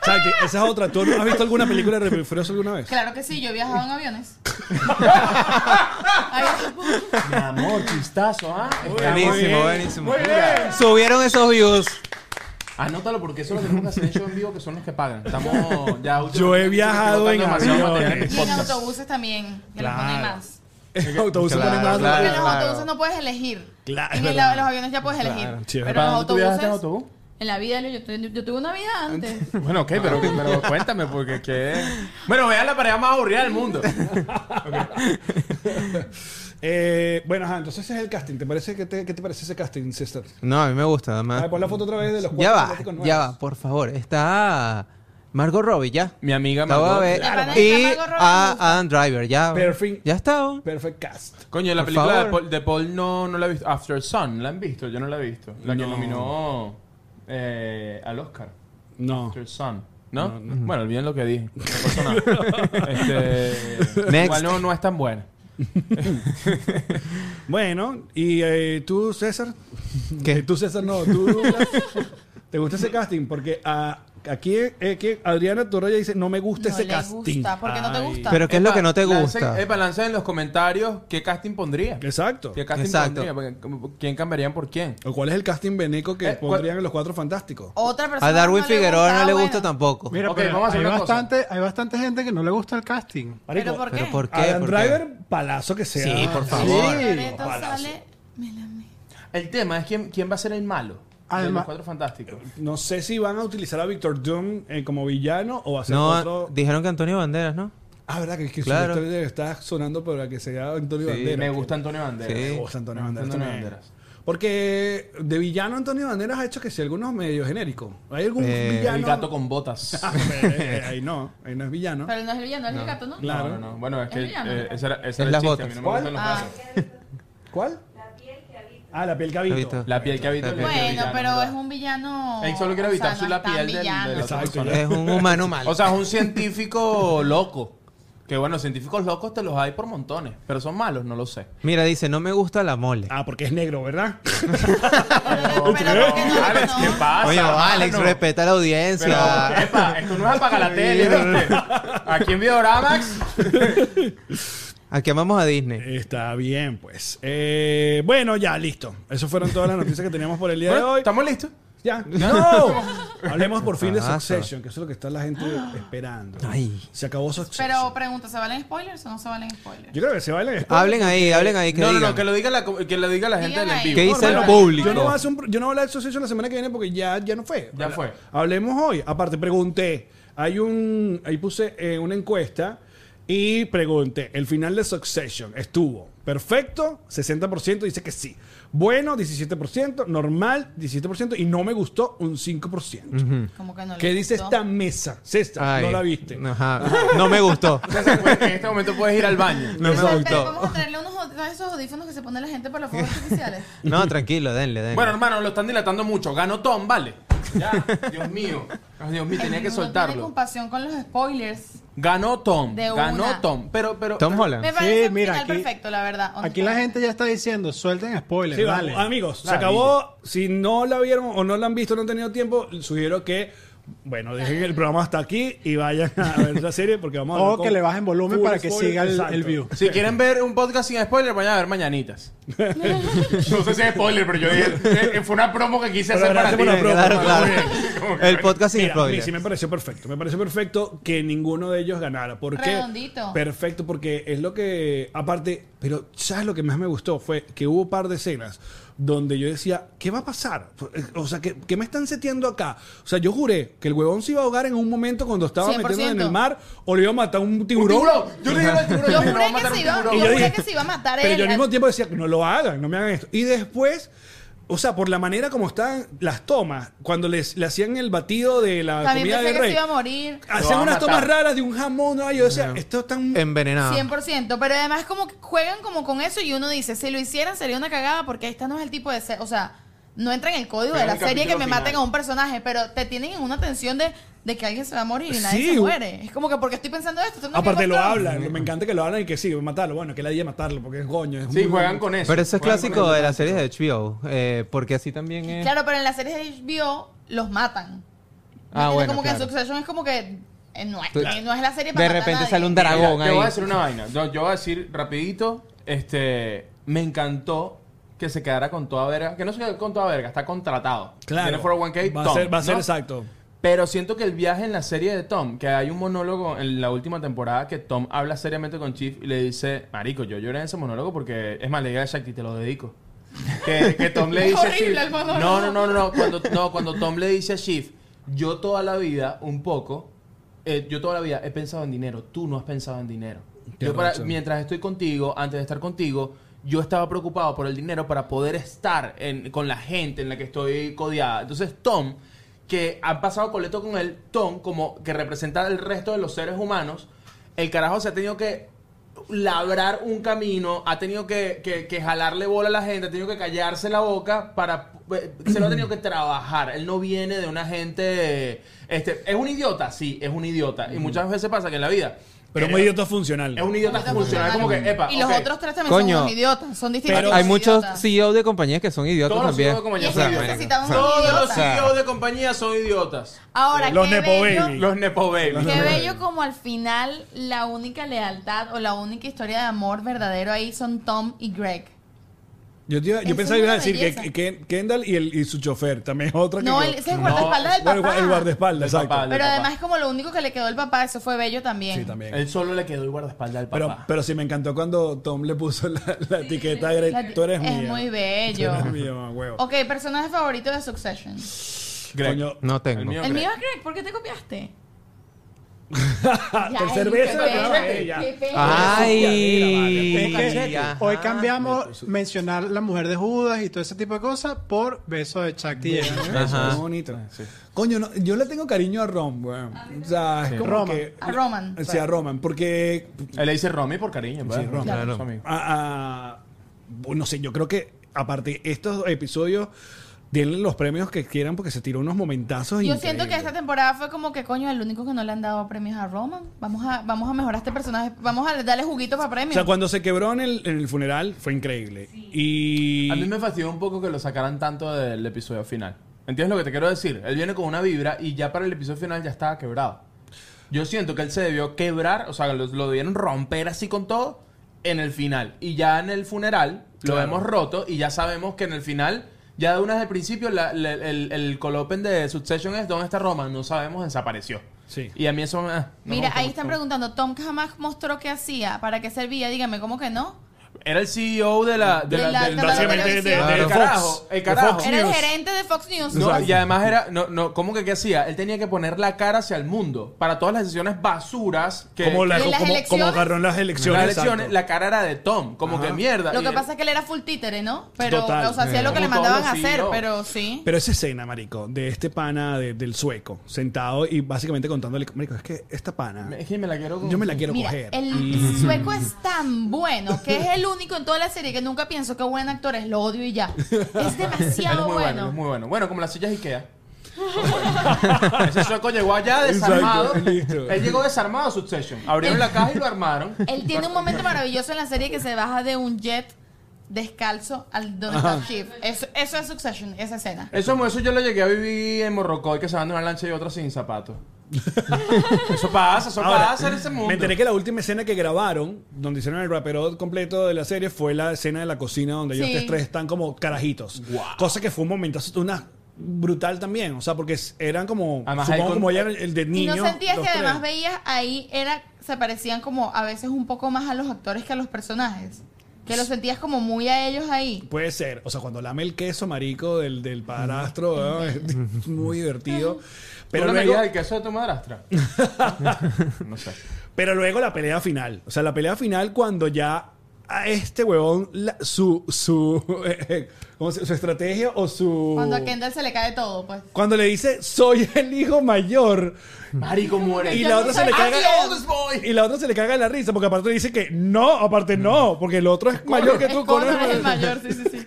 ¿Sabes qué? Esa es otra. ¿Tú has visto alguna película de Rápido y Furioso alguna vez?
Claro que sí, yo he viajado en aviones. Ay,
Mi amor, chistazo, ¿ah? Está muy
Buenísimo,
bien.
buenísimo.
Muy bien.
Subieron esos views.
Anótalo porque eso lo tenemos que hacer en show en vivo que son los que pagan. Estamos ya últimamente
Yo he viajado en
explotando demasiado material
aviones.
en
y
el
en
podcast.
autobuses también, que los ponen
Claro.
más.
El autobús se
Claro,
pone más
Porque
claro.
en los autobuses no puedes elegir.
Claro, es
en el-
verdad.
los aviones ya puedes elegir.
sí, es
pero en
¿Para
los
dónde tú
autobuses.
viajaste en autobús?
En la vida, yo, tu- yo tuve una vida antes.
Bueno, ok, pero,
Ah.
pero cuéntame porque que... Bueno, vean la pareja más aburrida del mundo.
Eh, bueno, ajá, entonces ese es el casting. ¿Te parece que te, qué te parece ese casting, sister?
No, a mí me gusta,
A
además.
Ah,
ver, pon la foto otra vez de los
Ah. Ya
cuatro
va,
fantásticos nuevos.
ya va, por favor. Está Margot Robbie, ya.
Mi amiga
Está
Margot.
a ver.
Claro, Margot.
Y
Margot Robbie me
a
gusta.
Adam Driver, ya.
Perfect.
Ya está. ¿o?
Perfect cast.
Coño, la
Por
película de
favor.
Paul, de Paul no, no la he visto. After Sun, ¿la han visto? Yo no la he visto. La que nominó eh, al Oscar.
No.
After Sun. ¿No? Bueno, olviden lo que dije. No pasó nada. este,
Next.
Igual no, no es tan buena.
Bueno, y eh, tú, César.
¿Qué?
Eh, Tú, César, no. Tú, Douglas. ¿Te gusta ese casting? Porque ah, aquí eh, que Adriana Toroya dice: No me gusta
No
ese
le
casting.
gusta, ¿por qué no te
Ay.
gusta?
Pero ¿qué es lo
Epa,
que no te
lancen-
gusta?
Epa, lancen en los comentarios qué casting pondría.
Exacto.
¿Qué casting
Exacto.
pondría? Porque, como, ¿Quién cambiarían por quién?
¿O cuál es el casting veneco que
Eh, ¿cuál-
pondrían en los cuatro fantásticos?
Otra persona.
A Darwin
no le
Figueroa
gustaba,
no le
bueno.
gusta tampoco.
Mira,
Ok,
pero
vamos a hacer
hay,
una cosa.
bastante, hay bastante gente que no le gusta el casting.
¿Pero por qué?
¿Pero por qué?
Adam
¿Por qué?
Driver, palazo que sea.
Sí, por favor.
Loreto
Palazo.
sale. Me la me-
El tema es quién, quién va a ser el malo. de
Además-
los cuatro fantásticos.
No sé si van a utilizar a Victor Doom eh, como villano o va a ser
No,
otro.
dijeron que Antonio Banderas, ¿no?
Ah, ¿verdad? Que, que su
Claro.
historia está sonando para que sea Antonio
Sí,
Banderas.
Me gusta Antonio Banderas.
Sí.
Me gusta Antonio Banderas.
Antonio
también.
Banderas.
Porque de villano Antonio Banderas ha hecho que si algunos medio genéricos. ¿Hay algún
Eh,
villano?
El gato con botas.
Ah, eh, eh, ahí no, ahí no es villano.
Pero no es el villano, es el gato, ¿no?
Claro.
No, no, no. Bueno, es que
Es villano.
eh, ese era, ese
Es
era el
las
chiste.
botas.
A mí no me
¿Cuál?
gustan los
Ah.
gatos.
¿Cuál? Ah, la piel que ha
Que ha visto.
La piel que habita el
Bueno,
villano,
pero
¿verdad?
es un villano.
Él solo quiere
o sea,
evitarse
no
la
es tan
piel del-
villano.
del otro.
Exacto.
Es un humano malo.
O sea, es un científico loco. Que bueno, científicos locos te los hay por montones. Pero son malos, no lo sé.
Mira, dice, no me gusta la mole.
Ah, porque es negro, ¿verdad?
Pero, pero, ¿por qué no?
Alex, ¿qué
Ah, No.
pasa?
Oye, Alex,
mano?
respeta la
Pero,
audiencia.
epa, esto no es apagar la tele, ¿viste? Aquí en Videoramax.
Aquí amamos a Disney.
Está bien, pues. Eh, bueno, ya, listo. Esas fueron todas las noticias que teníamos por el día de
Bueno,
hoy.
¿Estamos listos?
Ya. ¡No! Hablemos por fin de
Pasa.
Succession, que eso es lo que está la gente esperando.
Ay.
Se acabó Succession.
Pero pregunta, ¿se valen spoilers o no se valen spoilers?
Yo creo que se bailan spoilers.
Hablen ahí, hablen ahí. Que
No, no,
digan.
no, que lo diga la, co- que lo diga la gente
Digan
del en
ahí.
vivo.
¿Qué
No,
dice
no,
el
no,
público?
Yo no, voy a hacer un pro- yo no voy a hablar de Succession la semana que viene porque ya, ya no fue.
Ya fue.
Hablemos hoy. Aparte, pregunté. Hay un. Ahí puse eh, una encuesta y pregunté. El final de Succession estuvo perfecto. 60% dice que sí. Bueno, 17%. Normal, 17%. Y no me gustó un 5%.
Como que no les
¿Qué dice
gustó.
esta mesa? César,
Ay,
no la viste.
ajá. No me gustó.
Entonces, pues, en este momento puedes ir al baño.
No me
Pero Vamos
gustó.
a traerle unos aud- a esos audífonos que se pone la gente para los fuegos artificiales.
No, tranquilo, denle, denle.
Bueno, hermano, lo están dilatando mucho. Ganó Tom, vale. Ya, Dios mío. Ay, Dios mío,
El mundo
tenía que
Tiene
soltarlo.
compasión con los spoilers.
Ganó Tom.
De
Ganó
una.
Tom. Pero, pero.
Tom
Me
Holland.
parece un
mira,
final
aquí-
perfecto, la verdad.
Aquí la gente Ah, ya está diciendo, suelten spoilers,
Sí,
dale.
vamos, ah, amigos, se
Dale,
acabó. Si no la vieron o no la han visto, no han tenido tiempo, sugiero que, bueno, dejen el programa hasta aquí y vayan a ver la serie porque vamos a
O
hablar
que
con
le bajen volumen
full
para que
spoiler,
siga el,
exacto.
el view.
Si quieren ver un podcast sin spoiler, vayan a ver mañanitas. no sé si es spoiler, pero yo dije. eh, Fue una promo que quise
Pero
hacer para
gracias
ti.
por la promo.
Claro, claro.
Como que-
El podcast sin
Mira, a mí
spoilers.
sí me pareció perfecto. Me pareció perfecto que ninguno de ellos ganara. ¿Por qué?
Redondito.
Perfecto, porque es lo que. Aparte, pero ¿sabes lo que más me gustó? Fue que hubo un par de escenas donde yo decía, ¿qué va a pasar? O sea, ¿qué, qué me están seteando acá? O sea, yo juré que el huevón se iba a ahogar en un momento cuando estaba
100%.
metiéndose en el mar o le iba a matar un
Un
tiburón.
tiburón. Yo le dije al tiburón.
Yo
dije, no,
juré
vamos a
que se
matar
iba,
un
yo
tiburón.
Y yo
juré
dije,
que se iba a matar
Pero
él.
yo al mismo tiempo decía, no lo hagan, no me hagan esto. Y después, o sea, por la manera como estaban las tomas, cuando les, le hacían el batido de la
También
comida
pensé
del
que se
rey.
iba a morir.
Lo van
Hacían
a
unas
matar.
tomas raras de un jamón, ¿no? yo decía, esto es tan...
Envenenado.
100%, pero además como que juegan como con eso y uno dice, si lo hicieran sería una cagada porque esta no es el tipo de... se- O sea, no entra en el código
Pero
de la
el
serie que
capítulo
me
final.
maten a un personaje, pero te tienen en una tensión de, de que alguien se va a morir y nadie
Sí,
se
u-
muere. Es como que porque estoy pensando esto. esto no es
Aparte
Game
lo
of Thrones.
hablan, me encanta que lo hablan y que sí, matarlo. Bueno, que la idea matarlo porque es coño. Es
Sí,
muy-
juegan con eso.
Pero eso es
Juegan con
clásico
eso.
de las series de HBO. eh, porque así también es.
Claro, pero en las series de HBO los matan.
Ah,
¿Me entiendes?
bueno,
Como que
claro.
en Succession es como que eh, no, es,
Claro.
no es la serie para
De
matar a
repente
nadie.
sale un
Mira,
dragón
Te
ahí.
voy a decir una vaina. Yo, yo voy a decir rapidito, este, me encantó que se quedara con toda verga, que no se quedó con toda verga, está contratado. Tiene
Claro.
401k,
va a
Tom,
ser, va a ser
¿no?
exacto.
Pero siento que el viaje en la serie de Tom, que hay un monólogo en la última temporada que Tom habla seriamente con Chief y le dice, marico, yo lloré en ese monólogo porque es más, le diga a Shakti, te lo dedico. Que, que Tom le
Es
dice a
horrible
Chief-
el monólogo.
no, no, no, no, no. Cuando, no, cuando Tom le dice a Chief, yo toda la vida, un poco, eh, yo toda la vida he pensado en dinero, tú no has pensado en dinero.
Qué
Yo para-
arrecho.
mientras estoy contigo, antes de estar contigo, yo estaba preocupado por el dinero para poder estar en- con la gente en la que estoy codiada. Entonces Tom, que han pasado coleto con él, Tom como que representa el resto de los seres humanos, el carajo se ha tenido que labrar un camino, ha tenido que, que- que jalarle bola a la gente, ha tenido que callarse la boca para... eh, Se lo ha tenido que trabajar. Él no viene de una gente... Este, es un idiota, sí, es un idiota. Y muchas veces pasa que en la vida...
Pero
eh,
muy idiota funcional.
es un idiota
Idiota
funcional, como que, epa,
y los
ok,
otros tres también
Coño.
son unos idiotas, son distintos.
Pero-
tipos
Hay
de
muchos
idiotas.
CEO de compañías que son idiotas
todos los
también.
CEO de compañía
Y
son
es que
idiotas.
necesitamos un
Todos los
idiota.
CEO de compañía son idiotas.
Ahora,
Los
qué
Nepo
bello-
Baby.
Los Nepo Baby.
Qué bello como al final la única lealtad o la única historia de amor verdadero ahí son Tom y Greg.
Yo, te iba- yo
Eso
pensaba
es
que iba a
una
decir que,
belleza.
que- Kendall y, el, y su chofer también es otra que
No,
lo-
él es el
No,
guardaespaldas
Bueno,
del
el
papá.
gua- el guardaespaldas,
El
exacto.
papá,
Pero
papá.
además es como lo único que le quedó el papá, eso fue bello también.
Sí, también.
Él solo le quedó el guardaespaldas al
Pero,
papá.
pero sí me encantó cuando Tom le puso la, la etiqueta a Greg,
La-
tú eres
es
mía.
muy
Tú
bello.
eres mía, mamá, huevo.
Ok, personaje favorito de Succession.
Greg.
Coño,
No
El
tengo.
mío,
El
Greg.
mío es Greg, ¿por qué te copiaste?
Ter
Ay,
Ah, cerveza,
qué
no,
pena,
ella.
qué pena.
Ay,
Es que
ajá.
hoy cambiamos mencionar la mujer de Judas y todo ese tipo de cosas por beso de Chuck D.
Eso, es bonito. Coño, no, yo le tengo cariño a Rom, weón. O sea, es como
Roman.
que...
A Roman.
Sí, a Roman, porque...
Él le dice Romy por cariño, ¿verdad?
Sí, Romy.
Claro.
Claro.
Su amigo.
a- a- no sé, yo creo que aparte estos episodios denle los premios que quieran porque se tiró unos momentazos
Yo siento que
increíbles.
esta temporada fue como que coño, el único que no le han dado premios a Roman. Vamos a, vamos a mejorar este personaje, vamos a darle juguito para
O
premios.
sea, cuando se quebró en el, en el funeral fue increíble. Y...
A mí me fastidió un poco que lo sacaran tanto del episodio final. ¿Entiendes lo que te quiero decir? Él viene con una vibra y ya para el episodio final ya estaba quebrado. Yo siento que él se debió quebrar, o sea, lo, lo debieron romper así con todo en el final. Y ya en el funeral lo
Claro.
hemos roto y ya sabemos que en el final Ya de una vez al principio, la- la- el, el colopen de Succession es ¿Dónde está Roman? No sabemos, desapareció.
Sí.
Y a mí eso me... ah, no me
Mira,
gustó
ahí
mucho.
están preguntando, Tom jamás mostró qué hacía, para qué servía, dígame, ¿cómo que no?
Era el CEO de la... De
De
la,
la
del-
cámara de televisión.
del-
Básicamente de, de-
Claro.
de
El
Fox.
carajo, el
De
carajo.
Fox
Era el
News.
gerente de Fox News.
No,
Exacto.
y además era, no, no, ¿cómo que qué hacía? Él tenía que poner la cara hacia el mundo para todas las decisiones basuras que...
Como, la-
¿Y en las
como- como
elecciones?
agarró en las elecciones.
las elecciones,
exacto.
la cara era de Tom, como
Ajá.
que mierda.
Lo
Y
que
él-
pasa es que él era full títere, ¿no? Pero
Total. Eh,
o sea, hacía
Sí.
lo que le
Como todos
mandaban a
los
hacer,
CEO.
pero sí.
Pero esa escena, marico, de este pana de- del sueco, sentado y básicamente contándole, marico, es que esta pana,
Es que me la quiero...
yo me la quiero
Mira,
coger. Mm.
el sueco es tan bueno que es el único en toda la serie que nunca pienso que buen actor es, lo odio y ya. Es
Él es
demasiado
muy bueno, él
bueno.
es muy bueno. Bueno, como las sillas Ikea. Ese sueco llegó allá desarmado.
Exacto, listo.
Él llegó desarmado a Succession.
Eh.
Abrieron la caja y lo armaron.
Él tiene un momento maravilloso en la serie que se baja de un jet descalzo al donde está Chief. Eso, eso es Succession, esa escena.
Eso, eso yo lo llegué a vivir en Morrocoy, que se van de una lancha y otra sin zapatos. Eso pasa, eso
Ahora,
pasa en ese mundo.
Me enteré que la última escena que grabaron, donde hicieron el rapero completo de la serie, fue la escena de la cocina donde ellos
Sí.
tres- tres están como carajitos. Cosa que fue un momentazo, una brutal también. O sea, porque s- eran como,
Además,
supongo
hay con-
como ya el de
Y
niños.
no sentías
los
que además
tres.
veías ahí era se parecían como a veces un poco más a los actores que a los personajes. Que los sentías como muy a ellos ahí.
Puede ser. O sea, cuando lame el queso, marico, del, del padrastro, ¿verdad? es muy divertido. Pero
Pero
luego,
me el queso de tu madrastra? no sé.
pero luego la pelea final. O sea, la pelea final cuando ya a este huevón, la- su, su, ¿cómo se- su estrategia o su...
Cuando a Kendall se le cae todo, pues.
Cuando le dice, soy el hijo mayor.
Marico muere.
Y
Yo
la
no
otra se le
soy
caga.
nadie.
Oldest boy.
Y la otra se le caga la risa, porque aparte dice que no, aparte no, porque el otro es mayor que
Es
tú.
Connor
Connor.
es el mayor, sí, sí, sí.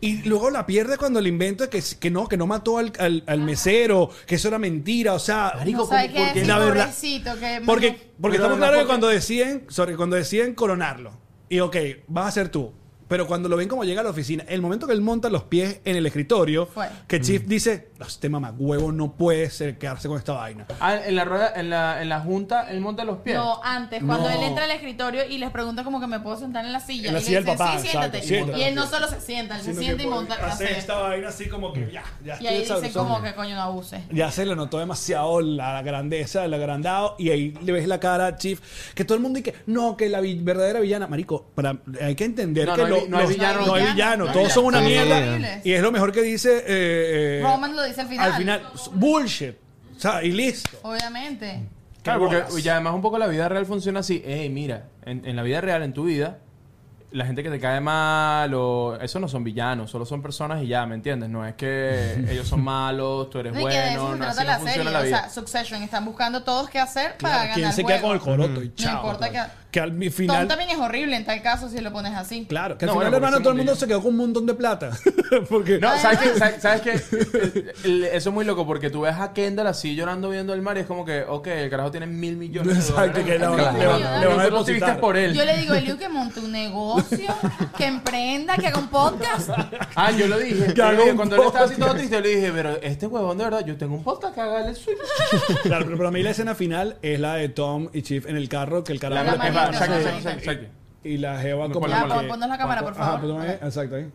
Y luego la pierde cuando le inventa que, que no, que no mató al, al- al mesero, que eso era mentira. O sea,
No sabe qué decir,
La verdad-
pobrecito, que
porque, porque
Pero
estamos
no,
claros que
porque-
cuando deciden, sorry, cuando deciden coronarlo, y ok, vas a ser tú. Pero cuando lo ven como llega a la oficina, el momento que él monta los pies en el escritorio,
Fue.
que Chief dice, "No, este mamagüevo no puede ser- quedarse con esta vaina.
Ah, en la rueda, en la, en la junta, él monta los pies.
No, antes, cuando
No.
él entra al escritorio y les pregunta como que me puedo sentar en la silla.
En la
y le
silla del
dicen,
papá,
sí,
exacto,
siéntate.
siéntate.
Y él no solo se sienta, él se
Sino
siente y
que
monta la
hace
silla.
esta vaina así como que ya, ya
Y
estoy
ahí dice
sabrosón.
como que coño no abuse.
Ya se le notó demasiado la grandeza, el agrandado, y ahí le ves la cara a Chief, que todo el mundo dice, no, que la vi- verdadera villana, marico, para, hay que entender
No,
que
no hay
lo-
vi- no hay
los-
villano.
no hay
No hay
villano,
villano.
todos son una
Sí.
mierda,
Horribles.
y es lo mejor que dice eh, eh,
Roman lo dice al final.
al final, bullshit, o sea, y listo.
Obviamente.
Claro, porque
bolas.
y además un poco la vida real funciona así. Ey, mira, en, en la vida real, en tu vida, la gente que te cae mal, o, eso no son villanos, solo son personas y ya, ¿me entiendes? No es que ellos son malos, tú eres
No, y
bueno,
que de eso se
no,
trata
así no
la serie.
funciona la
o
vida.
sea, Succession. Están buscando todos qué hacer para
Claro,
ganar
¿Quién
el
se
juego.
queda con el coroto? Y chao.
importa que-
que al mi-
Tom
final...
también es horrible en tal caso si lo pones así.
Claro, que al
No,
final,
bueno, porque
hermano,
son
todo el mundo
mundiales.
se quedó con un montón de plata. porque
No, ¿sabes qué?
Además-
¿Sabes- ¿Sabes qué? El- el- Eso es muy loco porque tú ves a Kendall así llorando viendo el mar y es como que, ok, el carajo tiene mil millones de dólares.
Exacto, que le van-
Claro.
le van- le van a
Nosotros te viste
depositar.
por él.
Yo le digo a Eliu que monte un negocio, que emprenda, que haga un podcast.
Ah, yo lo dije.
Que
Yo lo
haga
dije.
un
Cuando él estaba así
podcast.
todo triste, yo le dije, pero este huevón de verdad, yo tengo un podcast que haga el suyo.
Claro, pero para mí la escena final es la de Tom y Chief en el carro, que el
La,
carajo...
La
la,
manita,
exacto,
la
exacto,
manita.
exacto, exacto.
Y la jeva como...
Con
Ya,
la mano.
pon- ponnos la cámara, por
Ajá, pues,
favor.
toma, eh, exacto, ahí.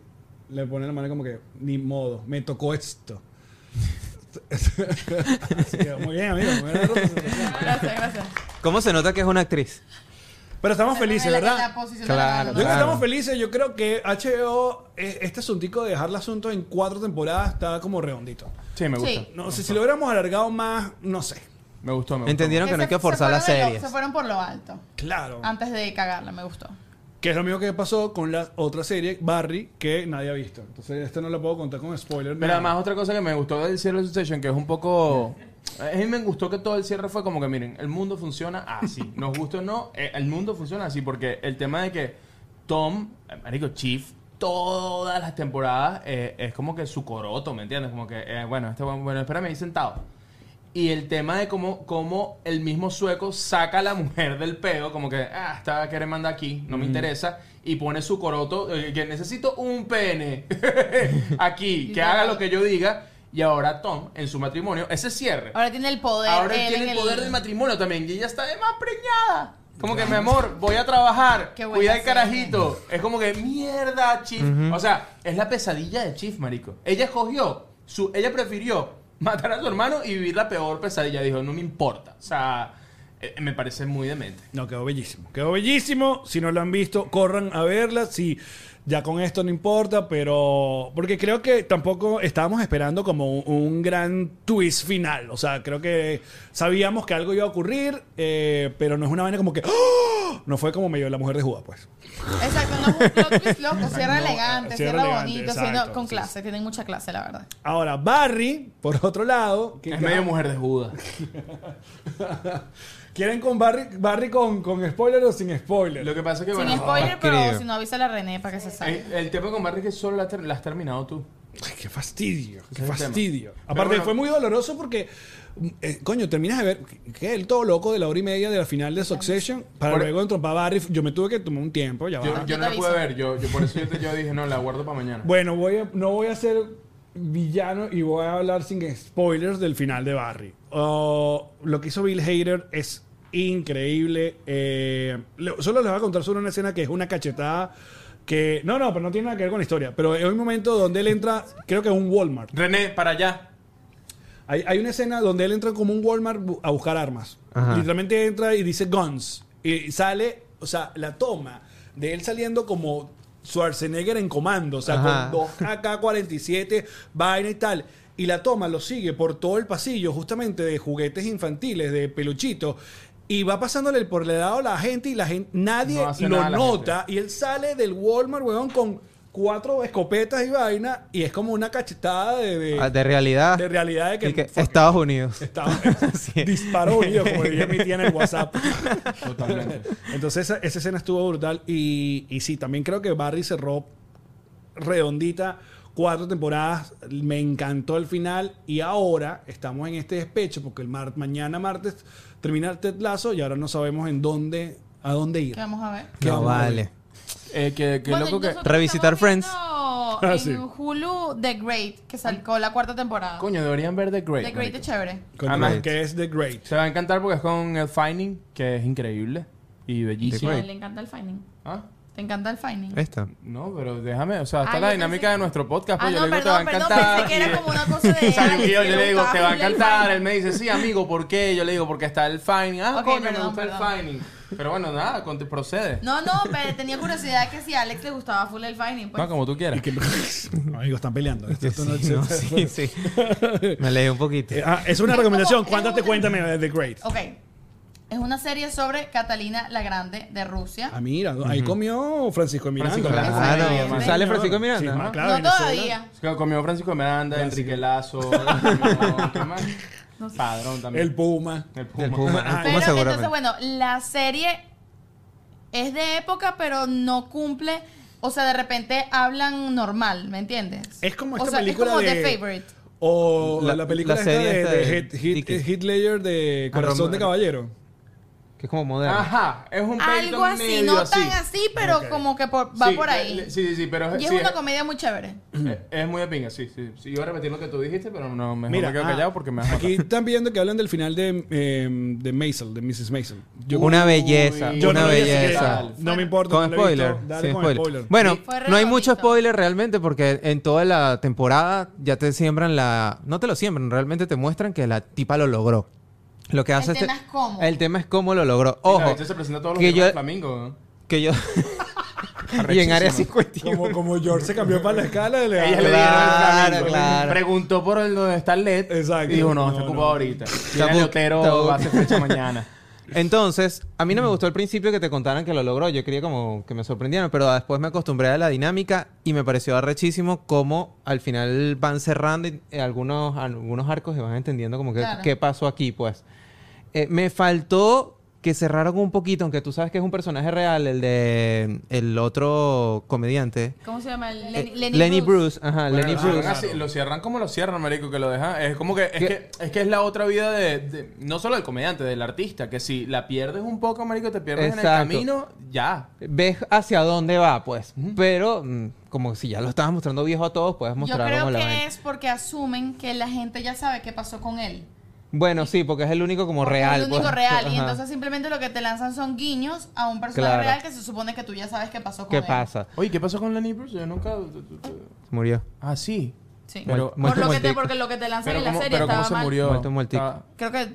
Le pone la mano como que, ni modo, me tocó esto. Así que, muy bien, amigo. muy buena representación.
Gracias, gracias.
¿Cómo se nota que es una actriz?
Pero estamos felices,
La- la-
¿verdad?
la posición de la
Claro,
mano, ¿no?
Yo creo que
Claro.
estamos felices. Yo creo que HBO, eh, este asuntico de dejar el asunto en cuatro temporadas, está como redondito.
Sí, me gusta.
Sí.
No sé, si lo hubiéramos alargado más, no sé.
Me gustó, me gustó.
Entendieron que no hay que forzar
se
las
fueron de lo-
series.
se fueron por lo alto.
Claro.
Antes de cagarla, me gustó.
Que es lo mismo que pasó con la otra serie, Barry, que nadie ha visto. Entonces, esta no la puedo contar con spoiler.
Pero
nada.
además otra cosa que me gustó del cierre de Succession, que es un poco... A mí me gustó que todo el cierre fue como que, miren, el mundo funciona así. Nos gusta o no, eh, el mundo funciona así. Porque el tema de que Tom, eh, marico, Chief, todas las temporadas eh, es como que su coroto, ¿me entiendes? Como que, eh, bueno, este bueno, bueno, espérame ahí sentado. Y el tema de cómo, cómo el mismo sueco saca a la mujer del peo, como que, ah, esta que manda aquí, no me interesa, y pone su coroto, eh, que necesito un pene aquí, que haga lo que yo diga. Y ahora Tom, en su matrimonio, ese cierre.
Ahora tiene el poder.
Ahora él
él
tiene
en
el poder del matrimonio también, y ella está de más preñada. Como que, mi amor, voy a trabajar,
Qué buena
cuida el
serie.
carajito. Es como que, mierda, Chief. O sea, es la pesadilla de Chief, marico. Ella escogió, su, ella prefirió matar a su hermano y vivir la peor pesadilla. Dijo, no me importa. O sea, eh, me parece muy demente.
No, quedó bellísimo. Quedó bellísimo. Si no lo han visto, corran a verla. Si ya con esto no importa, pero. Porque creo que tampoco estábamos esperando como un, un gran twist final. O sea, creo que sabíamos que algo iba a ocurrir, eh, pero no es una vaina como que. ¡Oh! No fue como medio la mujer de Judá, pues.
Exacto, no es un plot twist loco. Cierra
no,
elegante,
cierra
cierra
elegante,
bonito,
exacto,
siendo- con
sí,
clase. Tienen mucha clase, la verdad.
Ahora, Barry, por otro lado. que
Es
ya-
medio mujer de Judas.
¿Quieren con Barry, Barry con, con spoiler o sin spoiler?
Lo que pasa es que,
Sin
bueno, eh,
spoiler, pero
querido.
si no avisa a la René para que se salga.
el, el tema con Barry es que solo la, ter- la has terminado tú.
Ay, qué fastidio, qué
es el
fastidio.
tema.
Aparte,
Pero bueno.
fue muy doloroso porque, mm, eh, coño, terminas de ver que el todo loco de la hora y media de la final de Succession para
Por-
luego entrompar a Barry. Yo me tuve que tomar un tiempo, ya va.
Yo, yo
Yo
no
te
la pude
aviso.
ver, yo, yo por eso yo, te- yo dije, no, la guardo para mañana.
Bueno, voy a- no voy a ser villano y voy a hablar sin spoilers del final de Barry. Oh, lo que hizo Bill Hader es increíble. Eh, le- solo les voy a contar sobre una escena que es una cachetada que... No, no, pero no tiene nada que ver con la historia. Pero es un momento donde él entra, creo que a un Walmart.
René, para allá.
Hay, hay una escena donde él entra como un Walmart bu- a buscar armas.
Ajá.
Literalmente entra y dice guns. Y sale, o sea, la toma de él saliendo como Schwarzenegger en comando, o sea,
Ajá.
con dos AK-47, vaina y tal. Y la toma, lo sigue por todo el pasillo, justamente de juguetes infantiles, de peluchitos. Y va pasándole por el lado a la gente y la gente, nadie
No hace
lo
nada la
nota. Y él sale del Walmart, weón, con cuatro escopetas y vaina. Y es como una cachetada de... de-
Ah, de realidad.
de realidad de que,
Y que
fuck,
Estados Unidos.
estaba-
Sí.
disparó unido, como diría mi tía en el WhatsApp.
Totalmente.
Entonces esa, esa escena estuvo brutal y, y sí, también creo que Barry cerró redondita cuatro temporadas, me encantó el final y ahora estamos en este despecho porque el mar- mañana martes termina el Ted Lasso y ahora no sabemos en dónde a dónde ir.
Que vamos a ver.
¿Qué
No
vamos a ver?
vale.
Eh, que, que
Bueno,
loco que...
nosotros
Revisitar
estamos
Friends.
viendo
Ah,
en
sí.
Hulu The Great, que sacó la cuarta temporada.
Coño, deberían ver The Great.
The Great
marico.
es chévere.
Con
Además-
Drake, que es The Great.
Se va a encantar porque es con el Finding, que es increíble y bellísimo.
A él le encanta el finding.
Ah,
¿Te encanta el finding?
Esta.
no, pero déjame, o sea, está
Ah,
la
yo
dinámica
pensé-
de nuestro podcast.
Ah,
Pues yo
no,
le digo,
perdón,
te va a
perdón,
encantar.
pensé que era
y-
como una cosa de...
O sea,
ay,
yo, yo
que
le digo,
gustaba
te va a
full el
encantar.
finding.
Él me dice, sí, amigo, ¿por qué? Yo le digo, porque está el Finding. Ah,
Ok,
coño, me
perdón,
gusta
perdón.
el Finding. Pero bueno, nada, con procede.
No, no, pero tenía curiosidad que si a Alex le gustaba full el finding. Pues.
No, como tú quieras.
Y que- amigos, están peleando. ¿eh? Esto-
Yo
esto
sí,
no-
no, sí, sí. Me leí un poquito.
Eh, ah, es una
Es
recomendación.
como- es
Cuéntate,
una-
cuéntame de The Great.
Ok. Es una serie sobre Catalina la Grande de Rusia.
Ah, mira, ahí comió Francisco Miranda.
Francisco
Claro,
Claro.
hermano.
¿Sale Francisco Miranda?
Sí,
Ajá.
claro,
no
Venezuela.
todavía.
Comió Francisco de Miranda,
Francisco.
Enrique Lazo, ¿qué más? Padrón también.
El Puma.
El
Del Puma.
Ah,
El Puma
Pero entonces,
seguramente.
bueno, la serie es de época, pero no cumple. O sea, de repente hablan normal, ¿me entiendes?
Es como
o
esta
sea,
película
es como
de-
The Favorite.
O la,
La-
película
la
esta
serie
de,
esta
de
de
Heath- Heath-
Dickens.
Heath Ledger de
Ah,
Corazón de
Romero.
Caballero.
Que es como moderno.
Ajá, es un
Algo
pelito
así,
medio
no tan así, pero
Ok.
como que por- va
Sí,
por
le-
ahí.
le- sí, sí, sí, pero
y es
sí, eh.
una comedia muy chévere.
es, es muy de pinga, sí, sí. sí. Iba a repetir lo que tú dijiste, pero no, mejor
Mira,
me quedo
ah,
callado porque me vas a
Aquí están viendo que hablan del final de, eh, de Maisel, de Mrs. Maisel. Yo,
una belleza,
Uy,
yo
una
no vi ese
belleza.
final. No me importa.
Con
no lo he
spoiler,
visto. Dale
sin
con
spoiler.
spoiler.
Bueno,
Fue
no hay mucho
redondito.
spoiler realmente porque en toda la temporada ya te siembran la... No te lo siembran, realmente te muestran que la tipa lo logró. Lo que hace este-
tema es cómo.
El tema es cómo lo logró.
Ojo,
Ojo,
se presenta a todos los
que
que
yo...
de Flamingo.
Que yo... y en Área 51.
Como, como George se cambió para la escala, le
Ella le
Claro,
dieron el Flamingo.
claro.
Preguntó por el donde está el LED.
Exacto.
Y dijo, no, está
No,
ocupado
no.
ahorita. Y
Está
el
bu- está
Lotero
bu-
va a hacer fecha mañana.
Entonces, a mí no me gustó al principio que te contaran que lo logró. Yo quería como que me sorprendieran, pero después me acostumbré a la dinámica y me pareció arrechísimo cómo al final van cerrando y- eh, algunos, algunos arcos y van entendiendo como que
Claro.
qué pasó aquí, pues. Eh, me faltó que cerraron un poquito, aunque tú sabes que es un personaje real, el de el otro comediante.
¿Cómo se llama?
Eh,
Lenny,
Bruce. Ajá,
Bueno,
Lenny
lo
Bruce.
cierran así, lo cierran como lo cierran, marico, que lo dejan. Es como que es,
¿Qué?
que, es, que es la otra vida de, de- no solo del comediante, del artista, que si la pierdes un poco, marico, te pierdes en el
Exacto.
camino, ya.
Ves hacia dónde va, pues. Pero mm, como si ya lo estabas mostrando viejo a todos, puedes
Yo
mostrar
creo
cómo la
que
vaina.
es porque asumen que la gente ya sabe qué pasó con él.
Bueno, sí, porque es el único como real.
Es el único
pues.
real. Y
Ajá.
entonces simplemente lo que te lanzan son guiños a un personaje
Claro.
real que se supone que tú ya sabes qué pasó con
¿Qué
él.
pasa?
Oye, ¿qué pasó con Lenny Bruce? Yo nunca...
Murió.
Ah, sí.
Sí.
Pero-
Por lo que te,
muertico.
porque lo que te lanzan
Pero
en la
cómo,
serie
pero
estaba
cómo se
mal.
murió. Ah,
Muerto muertico.
Estaba-
Creo que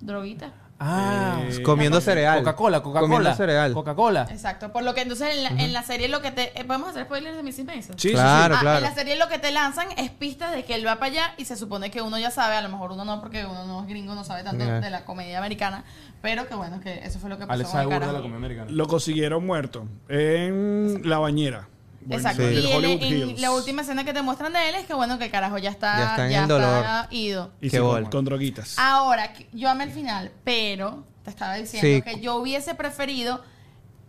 droguita.
Ah,
Comiendo cereal.
Coca-Cola, Coca-Cola.
Comiendo cereal.
Coca-Cola.
Exacto. Por lo que entonces en la, en la serie lo que te. eh, ¿Podemos hacer spoilers de Missy Mason?
Sí, sí, sí.
Claro,
Ah,
claro.
En la serie lo que te lanzan es pistas de que él va para allá y se supone que uno ya sabe, a lo mejor uno no, porque uno no es gringo, no sabe tanto
Mira.
de la comedia americana, pero que bueno, que eso fue lo que pasó
Alex
con el
Sagur de la
carajo.
comida americana.
Lo consiguieron muerto en la bañera.
Exacto.
Sí.
del
Y él-
Hollywood
en
Hills.
la última escena que te muestran de él es que bueno, que el carajo ya está,
Ya está en
ya
el dolor.
está ido.
Qué
Y sí, con,
bola.
con droguitas.
Ahora, que- yo amé el final, pero te estaba diciendo
Sí.
que yo hubiese preferido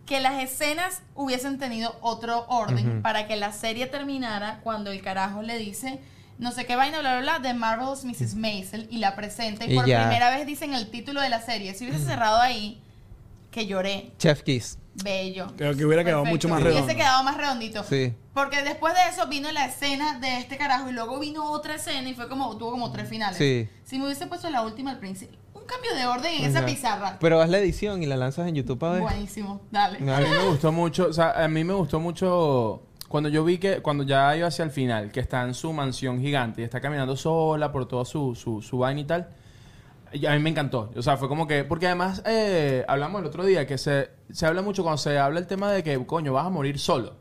que las escenas hubiesen tenido otro orden para que la serie terminara cuando el carajo le dice no sé qué vaina, bla, bla, bla, de Marvel's Mrs. Maisel y la presenta y,
Y
por
ya.
primera vez dicen el título de la serie. Si hubiese cerrado ahí, que lloré,
Chef Kiss.
bello.
Creo que hubiera quedado mucho más
Hubiese
redondo.
quedado más redondito.
Sí.
Porque después de eso vino la escena de este carajo y luego vino otra escena y fue como, tuvo como tres finales.
Sí.
Si me hubiese puesto la última al principio, un cambio de orden en esa
Ajá.
pizarra.
Pero haz la edición y la lanzas en YouTube para ver.
Buenísimo, dale.
A mí me gustó mucho, o sea, a mí me gustó mucho cuando yo vi que, cuando ya iba hacia el final, que está en su mansión gigante y está caminando sola por toda su, su, su vaina y tal. Y a mí me encantó. O sea, fue como que. Porque además, eh, hablamos el otro día que se, se habla mucho cuando se habla el tema de que, coño, vas a morir solo.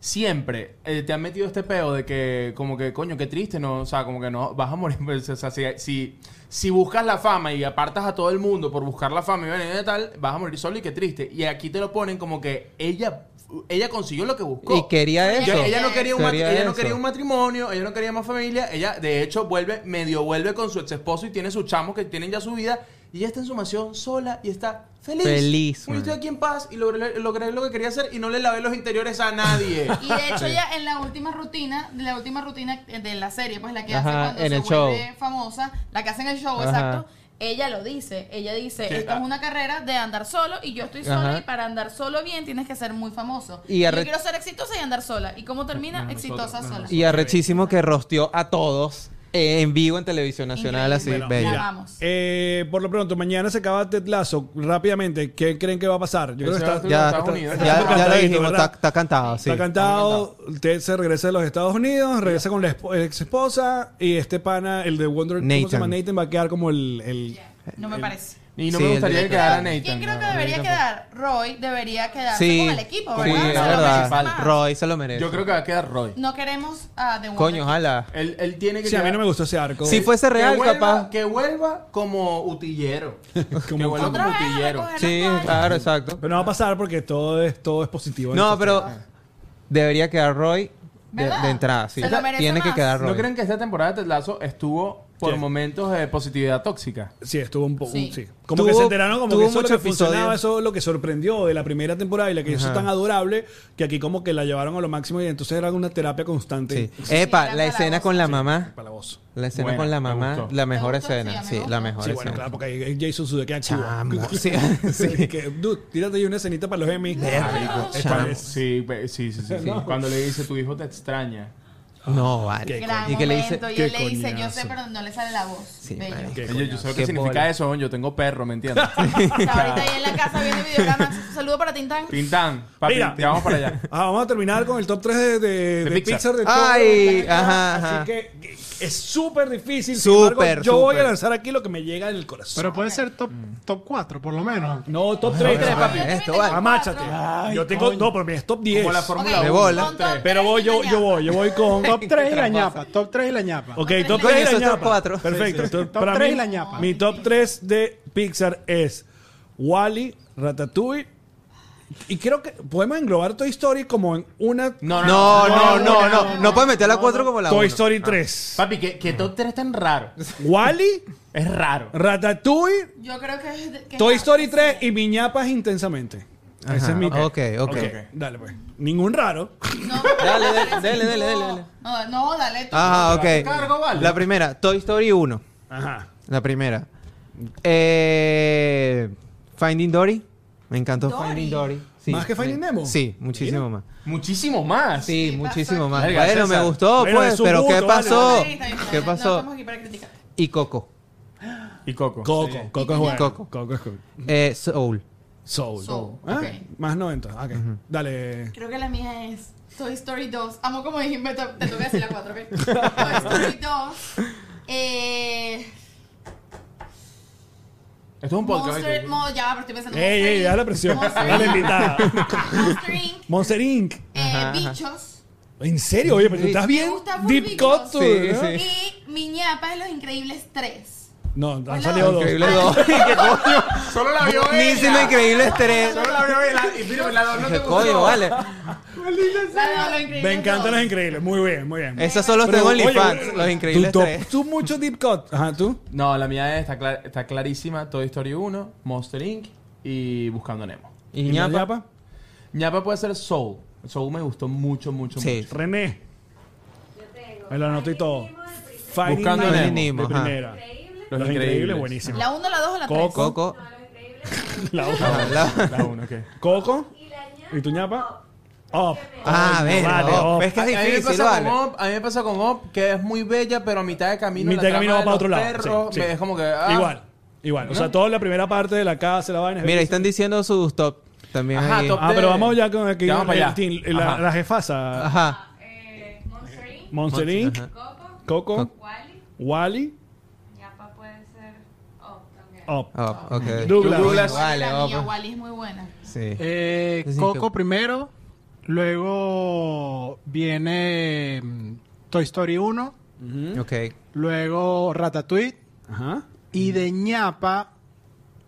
Siempre eh, te han metido este peo de que, como que, coño, qué triste, ¿no? O sea, como que no, vas a morir. pues, o sea, si, si, si buscas la fama y apartas a todo el mundo por buscar la fama y bueno, y tal, vas a morir solo y qué triste. Y aquí te lo ponen como que ella, ella consiguió lo que buscó.
Y quería
Ella-
eso.
Ella, ella no quería, un
Quería
matri- ella no
eso.
quería un matrimonio, ella no quería más familia. Ella, de hecho, vuelve, medio vuelve con su ex esposo y tiene sus chamos que tienen ya su vida. Y ella está en su mansión sola y está feliz.
Feliz,
Uy,
man.
estoy aquí en paz y logré, logré lo que quería hacer y no le lavé los interiores a nadie.
Y de hecho ya en la última rutina, de la última rutina de la serie, pues la que hace
Ajá,
cuando
en
se
el
vuelve
show.
famosa, la que hace en el show,
Ajá.
exacto, ella lo dice, ella dice,
Que,
esto
ah.
es una carrera de andar solo y yo estoy sola
Ajá.
y para andar solo bien tienes que ser muy famoso.
Y
Y yo
arre-
quiero ser exitosa y andar sola. ¿Y cómo termina? exitosa sola.
Y arrechísimo que rosteó a todos eh, en vivo en Televisión Nacional,
Increíble.
así,
Bueno,
bello.
la amamos.
Eh, por lo pronto, mañana se acaba Ted Lasso. Rápidamente, ¿qué creen que va a pasar? Yo creo que
Ese
está,
va a ser
Ya,
Estados
está-
Unidos.
ya- ya lo
Cantadito,
dijimos,
¿verdad?
está, está cantado, sí.
está cantado. Ted se regresa de los Estados Unidos, regresa con la expo- ex esposa y este pana, el de Wonder ¿cómo se llama?
Nathan.
Nathan va a quedar como el. el-
No
Eh,
me parece.
Y no
Sí,
me
el
gustaría que
director.
quedara Nathan.
¿Quién creo que
no,
debería
Nathan
quedar? Roy debería quedarse
Sí,
con el equipo, ¿verdad?
sí,
Como
Se lo
es
ganador
merece
principal.
verdad.
más.
Roy se lo
fue.
merece.
Yo creo que va a quedar Roy.
No queremos a The Wonder
Coño,
Kid.
ojalá.
Él, él tiene que
Sí, a mí
quedar-
no me gustó ese arco.
Si fuese
que
real,
vuelva-
capaz.
Que vuelva como utillero. que vuelva
Otra
como
vez,
utillero.
recoger
Sí,
las cosas.
claro, exacto.
Pero no va a pasar porque todo es, todo es positivo. en
No,
esta
pero Ah. debería quedar Roy de,
¿Verdad?
de entrada, sí.
Se lo merece
Tiene que
más.
quedar Roy.
¿No creen que esta temporada de Ted Lasso estuvo por
Sí.
momentos de positividad tóxica?
Sí, estuvo un poco.
Sí.
Sí. Como
Tuvo-
que se enteraron como que
tuvo
eso es lo que
muchos episodios.
funcionaba, eso es lo que sorprendió de la primera temporada y la que hizo
Ajá.
tan adorable que aquí como que la llevaron a lo máximo y entonces era una terapia constante.
Sí. Eh,
Sí,
Epa,
era
la escena
palagoso.
con la mamá.
Para la voz.
La escena
Buena,
con la
me
mamá,
gustó.
la mejor
¿Te gustó?
escena.
Sí, a mí
Sí,
me
la
gustó.
mejor
Sí, bueno, claro,
escena.
porque ahí Jason Sudeikis activo.
Chamo, sí,
Sí,
sí.
que, dude, tírate ahí una escenita para los Emmy. Esta
Chamo.
vez.
Sí, pe- sí, sí, sí. sí. Cuando le dice tu hijo te extraña.
No, vale.
Gran
Y que le dice,
momento. Y
qué
él le dice, yo
coñazo.
sé, pero no le sale la voz.
Sí,
Bello.
marico.
Qué
Yo, yo sé lo que
Qué
significa
bola.
eso, yo tengo perro, ¿me entiendes?
O sea, ahorita ahí en la casa viene videograma. Un saludo para Tintán.
Tintán, papi,
Mira.
te vamos para allá.
Ah, vamos a terminar con el top 3 de, de-
De
de
Pixar.
Pixar de todo
Ay,
lo que han
ajá,
hecho.
ajá.
Así que que es súper difícil. Sin embargo,
Súper,
yo voy a
súper.
lanzar aquí lo que me llega del corazón.
Pero puede ser top,
Mm.
top 4, por lo menos.
no, top 3,
Tres,
Yo
papi.
también
Esto,
tengo
vale.
cuatro.
Amáchate. yo tengo.
coño.
No, pero mi es top 10.
Como la
Ok,
Fórmula
De
1.
bola.
con todo
Pero voy, yo, yo voy, yo voy con.
Top 3 y la ñapa. Top 3 y la ñapa.
Ok,
Coño,
top
eso
3 y
es
la
top
ñapa.
cuatro.
Perfecto. Entonces,
Top
para
tres
mí,
y la ñapa.
Mi top 3 de Pixar es Wally, Ratatouille. Y creo que podemos englobar Toy Story como en una.
No,
No, no,
no, no.
no, no. No puedes meter la 4 como la
Toy
1.
Ah.
Story 3.
Papi, que, que top 3 es tan raro.
Wally,
Es raro.
Ratatouille,
Yo creo que es... que-
Toy Story 3 y mi ñapa es intensamente. Ese es mi.
Ok, ok.
Ok, Dale, pues. Ningún raro.
No,
Dale,
no,
dale,
no,
dale, dale, dale,
no.
dale.
No, no, dale tú.
Ah, ok.
Cargo, vale.
La primera, Toy Story 1.
Ajá.
La primera. Eh, Finding Dory. Me encantó
Dory.
Finding Dory. Sí.
¿Más que Finding
Me-
Nemo?
Sí, muchísimo más.
Muchísimo más.
Sí,
Sí,
muchísimo
pasó
más.
aquí. Verga,
bueno, me
César.
gustó,
Bueno,
pues,
es su
pero
gusto,
¿qué
vale,
pasó?
Está bien, está bien, está
¿Qué
bien. No
pasó?
estamos aquí para criticar.
Y Coco.
Y Coco.
Coco,
Sí.
Coco es bueno.
Coco.
Coco es cool.
Eh, Soul.
Soul.
Soul,
Ah,
ok.
Más 90. Ok. Dale.
Creo que la mía es Toy Story 2. Amo como dije, me to- te toca decir la 4, ¿ok? Toy Story 2. Eh,
Esto es un podcast.
Monster,
¿viste?
Mo- ya, pero estoy pensando.
Ey,
Monster
ey,
Inc.
ya la presión.
Monster
Dale,
Inc.
invitada.
Monster Inc.
Monster Inc.
eh,
Ajá, ajá.
Bichos.
¿En serio? Oye, pero tú
Sí.
estás bien.
Me gusta full
Deep
Bichos.
Cut.
Sí,
¿no?
sí.
Y mi ñapa de Los Increíbles 3.
No, han
Hola.
salido dos.
Increíble 2. ¿Qué coño?
Solo la vio
Ni
ella.
si me increíble estrés.
Solo la vio ella. Y mira, la dos no te
¿Qué
gustó.
coño, vale?
La de Los Increíbles
Me
2.
encantan los increíbles. Muy bien, muy bien.
Esos son los de
Pero, oye,
OnlyFans,
pero-
los increíbles
Tú, top-
3.
tú mucho deep cut. Ajá, tú.
No, la mía está, cla- está clarísima. Toy Story 1, Monster Inc. y Buscando Nemo.
¿Y
la
ñapa?
ñapa?
Ñapa puede ser Soul. Soul me gustó mucho, mucho,
Sí.
mucho.
René. Me lo anoté todo. Finding
Buscando
Nemo,
Nemo,
de
ajá.
primera.
Los,
Los increíbles, buenísimo.
La 1, la 2 o la 3.
Coco.
Coco.
La
Ah,
otra.
la-
La 1, ok.
Coco. ¿Y tu ñapa? Up.
Ah, a ver.
Vale,
oh,
oh.
ves que
A-
es
a, mí me
difícil,
pasa
vale.
con Op, a mí me pasa con Op, que es muy bella, pero a mitad de camino.
Mitad de
la
camino va
trama
para
los
otro lado.
perros,
Sí, sí.
Es como que. ah,
Igual. Igual. O sea, toda la primera parte de la casa, la vaina. es
Mira, ahí
bellísima.
están diciendo sus top. También
Ajá,
ahí.
top.
Ah, pero vamos ya con aquí.
Ya vamos para
el
allá.
team, la,
Ajá.
la jefasa.
Ajá.
Eh,
Monster Inc.,
Monster Inc.
Ajá.
Coco.
Coco.
Wally,
Wally.
Yapa puede ser. Oh, también.
Up.
Oh, ok.
Douglas.
Douglas.
Vale,
la mía,
oh, pues.
Wally es muy buena.
Sí.
Eh,
Sí, sí,
Coco
que-
primero, luego viene mm, Toy Story 1,
Ok.
luego Ratatouille
Ajá.
y de ñapa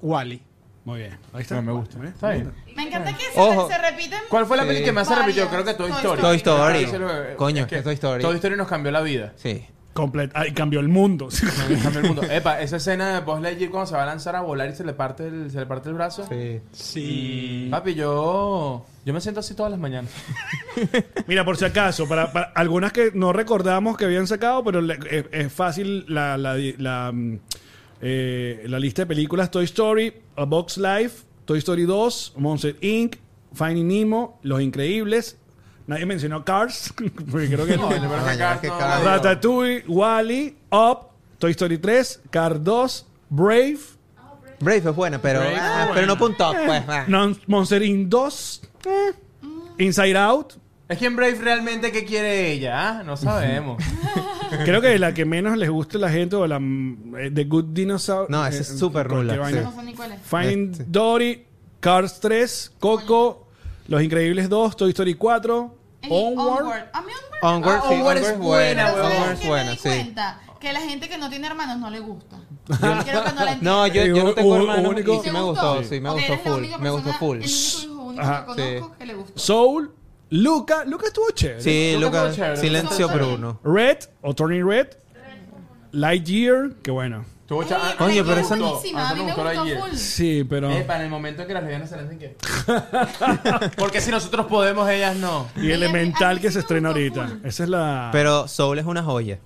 Wally.
Muy bien. Ahí está.
No, me gusta. ¿eh?
Muy bien.
Está bien.
Me encanta que
Ojo.
se, se repiten.
¿Cuál fue la
Sí.
película que más se
Varias.
repitió? Creo que Toy
Toy
Story.
Toy Story.
Eso es lo que-
Coño,
es que
es Toy Story.
Toy Story nos cambió la vida.
Sí.
Completo. Ay, cambió el mundo.
Nos cambió el mundo. Epa, esa escena de Buzz Lightyear cuando se va a lanzar a volar y se le parte el, se le parte el brazo.
Sí.
Sí.
Papi, yo. Yo me siento así todas las mañanas.
Mira, por si acaso, para, para algunas que no recordamos que habían sacado, pero le- es, es fácil la, la, la, mm, eh, la lista de películas Toy Story, A Box Life, Toy Story 2, Monster Inc., Finding Nemo, Los Increíbles. Nadie mencionó Cars, porque creo que
No,
no.
le parece
Ay,
que acá
es que
no-
cada-
Ratatouille, Wally, Up, Toy Story 3, Cars 2, Brave,
Brave es buena, pero,
Brave es
ah, pero no punto. Pues, ah.
Non- Monster Inc. 2, eh, Inside Out.
Es que en Brave realmente qué quiere ella, ¿ah? No sabemos.
Creo que la que menos les guste a la gente o la mm, eh, The Good Dinosaur.
No, esa es súper
cualquier
nula,
Eh, vaina.
No sé ni cuál es.
Find
Este.
Dory, Cars 3, Coco, Los Increíbles 2, Toy Story 4,
El
Onward.
A mí Onward.
Onward,
Ah,
sí,
Onward
Onward
es
es buena.
buena,
Pero ¿sabes
huevón,
Onward
qué
es
me
buena,
di
sí.
cuenta? Que la gente que no tiene hermanos no le gusta. Creo que no la
No, yo,
Eh,
yo no tengo
u-
hermanos
único-
y sí me gustó, sí, me
Ok,
gustó
eres la
full,
única
me gustó
persona-
full.
El único hijo único
Ajá,
que
sí.
conozco que le gustó.
Soul, Luca. Luca estuvo chévere.
Sí,
Luca
Luca,
fue chévere,
Silencio
Luca fue
Bruno.
Red o Turning Red. Lightyear, qué bueno.
Tuvo cha-
Ay,
ah,
Coño,
Lightyear
pero
es
esa no-
buenísima,
ah,
A
esa
mí
no
me
gustó
gustó
Lightyear.
full.
Sí, pero.
Epa, en el momento en que las lesbianas se hacen qué. Porque si nosotros podemos, ellas no.
Y
Mira, a mí
Elemental
sí
que se
me
estrena
gustó
ahorita.
full.
Esa es la.
Pero Soul es una joya.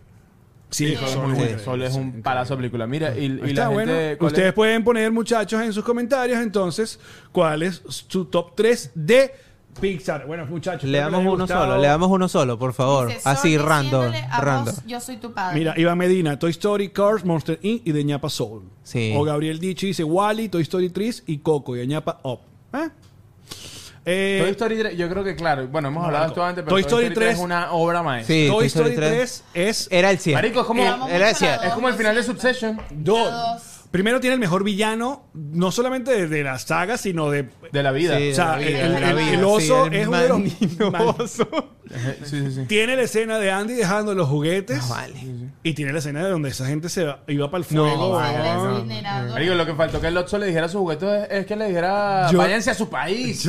sí,
Sol es
Soul
muy
es
buena,
buena.
Sol es un palazo de película. Mira, y, y
Está
la
bueno.
gente. ¿cuál
Ustedes
es?
pueden poner, muchachos, en sus comentarios entonces cuál es su top 3 de Pixar. Bueno, muchachos,
Le
espero que les
damos
haya
uno
gustado.
solo, le damos uno solo, por favor.
Dice,
Así,
"Sorry,
random,
diciéndole a
random.
vos, Yo soy tu padre.
Mira, Iván Medina, Toy Story, Cars, Monster Inc. y de ñapa Soul.
Sí.
O Gabriel Dichi dice Wally, Toy Story 3 y Coco y de ñapa Up. ¿Eh? Eh,
Toy Story 3, yo creo que claro, bueno, hemos hablado de esto antes, pero
Toy Story 3
es una obra maestra.
Sí,
Toy Story 3 es
Era el 100.
Marico, es como,
Te amo mucho,
Era el 100.
la
es como el
Lo
final de
siento.
Subsession.
dos.
dos.
Primero tiene el mejor villano, no solamente de, de la saga, sino de...
De la vida.
Sí.
o sea,
de la vida,
el,
de la
el-
vida,
el
sí,
oso
el
es uno de los...
manioso.
Eh, Sí, sí, sí.
Tiene la escena de Andy dejando los juguetes.
No, vale.
Y tiene la escena de donde esa gente se va- iba para el fuego.
No,
Padre
vale.
weón.
incinerado.
Marico, lo que faltó que el Lotso le dijera a sus juguetes es, es que le dijera,
Yo-
váyanse a su país.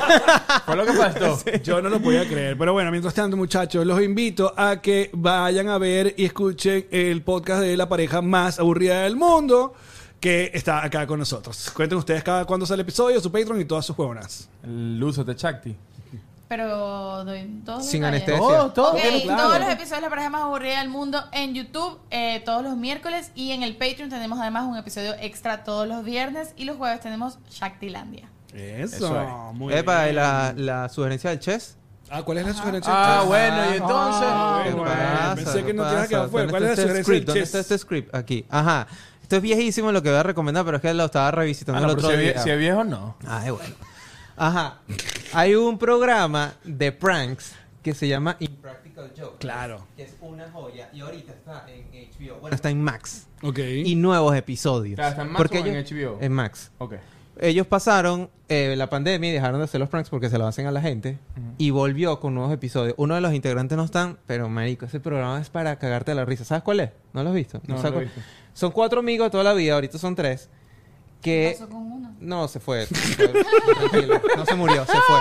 Fue lo que faltó.
Yo no lo podía creer. Pero bueno, mientras tanto, muchachos, los invito a que vayan a ver y escuchen el podcast de la pareja más aburrida del mundo que está acá con nosotros. Cuenten ustedes cada cuándo sale el episodio, su Patreon y todas sus huevonas.
El uso de Chakti.
Pero doy dos
Sin
detalles.
anestesia.
Todo, todo.
Ok,
claro, claro.
todos los episodios de La Pareja Más Aburrida del Mundo en YouTube eh, todos los miércoles y en el Patreon tenemos además un episodio extra todos los viernes y los jueves tenemos Shaktilandia.
Eso,
Eso es.
muy
Epa,
bien.
y la, la sugerencia del chess.
Ah, ¿cuál es la sugerencia?
Ah,
del chef?
bueno, y entonces...
Ah,
¿Qué
bueno,
pasa?
pensé
¿Qué
que no te ibas a
pasa?
quedar fuera.
¿Dónde
¿Cuál es la
está este
sugerencia
script?
del
¿Dónde
chef?
está este script? Aquí. Ajá. Esto es viejísimo lo que voy a recomendar, pero es que lo estaba revisitando
Ah,
el
no, pero
otro
si, es vie-
día.
si es viejo, no.
Ay, bueno. Ajá. Hay un programa de pranks que se llama Impractical Jokes.
Claro.
Que es una joya. Y ahorita está en HBO. Bueno, está en Max.
Ok.
Y nuevos episodios.
Claro, ¿está en Max
Porque
o en
ellos-
HBO?
En Max.
Ok.
Ellos pasaron eh, la pandemia y dejaron de hacer los pranks porque se lo hacen a la gente. Y volvió con nuevos episodios. Uno de los integrantes no están, pero marico, ese programa es para cagarte la risa. ¿Sabes cuál es? ¿No lo has visto?
No, no
sabes
lo he
cuál-
visto.
Son cuatro amigos de toda la vida, ahorita son tres. Que...
Pasó con uno.
No, se fue. se fue. Tranquilo, no se murió, se fue.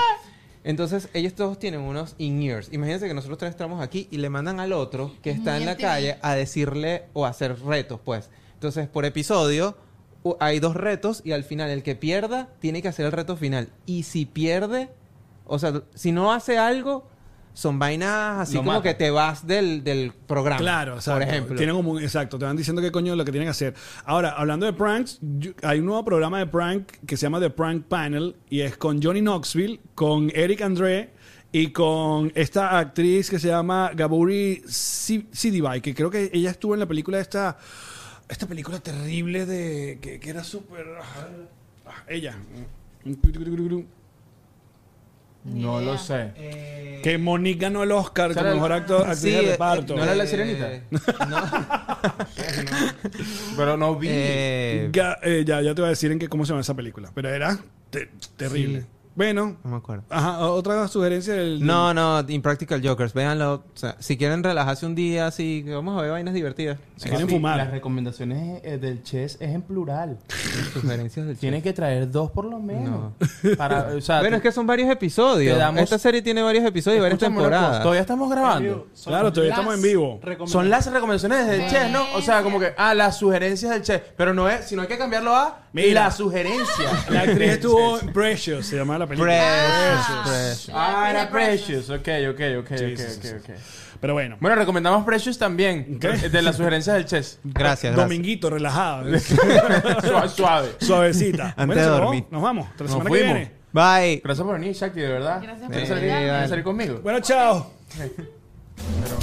Entonces, ellos todos tienen unos in-ears. Imagínense que nosotros tres estamos aquí y le mandan al otro que está en la
Miente.
calle a decirle o a hacer retos, pues. Entonces, por episodio u- hay dos retos y al final el que pierda tiene que hacer el reto final. Y si pierde, o sea, si no hace algo, son vainas así
Lo
como
mata.
que te vas del, del programa.
Claro, exacto.
Por ejemplo.
Tienen como un- exacto, te van diciendo qué coño es lo que tienen que hacer. Ahora, hablando de pranks, yo- hay un nuevo programa de prank que se llama The Prank Panel y es con Johnny Knoxville, con Eric André y con esta actriz que se llama Gaburi Si- Sidibai, que creo que ella estuvo en la película esta esta película terrible de que, que era súper ah, ella
Mm.
No
Ni idea.
lo sé.
que Monique ganó el Oscar como
Sale-
mejor actor actriz
Eh, Sí,
de
eh,
reparto.
¿No era la
Eh,
sirenita?
no.
Pero no vi.
Eh,
Ga- eh, ya, ya te voy a decir en qué, cómo se llama esa película. Pero era te- terrible.
Sí.
Bueno,
no me acuerdo.
ajá, o- otra sugerencia del.
No, no, Impractical Jokers, véanlo. O sea, si quieren relajarse un día, así, vamos a ver vainas divertidas.
Si quieren
Papi,
fumar.
Las recomendaciones eh, del chess es en plural.
Sugerencias del
Tienes que traer dos por lo menos. Para, o sea,
Bueno, es
tú-
que son varios episodios.
Te damos-
Esta serie tiene varios episodios y varias
Escúchame una cosa,
temporadas.
Todavía estamos grabando.
Son
Claro, todavía estamos
las
en vivo.
Son
recomendaciones.
las recomendaciones del chef, ¿no? O sea, como que, ah, las sugerencias del chef. Pero no es, sino hay que cambiarlo a
Mira.
la sugerencia.
La actriz estuvo
Sí,
en Precious, se llamaba la película.
Precious,
sí.
precious.
Ah, era Precious. Ok, ok, ok,
Sí,
ok,
sí, sí,
ok, ok.
Pero bueno,
Bueno, recomendamos Precious también.
¿Qué?
De las sugerencias del chef.
Gracias, gracias.
dominguito, relajado. ¿eh?
Suave. suave.
Suavecita.
Antes
Bueno,
de
se acabó.
dormir.
Nos vamos. Hasta la
Nos
semana que
fuimos.
viene.
Bye.
Gracias por venir, Shakti, de verdad.
Gracias por
¿Quieres
venir.
salir, quieres salir conmigo?
Bueno, chao.
Pero-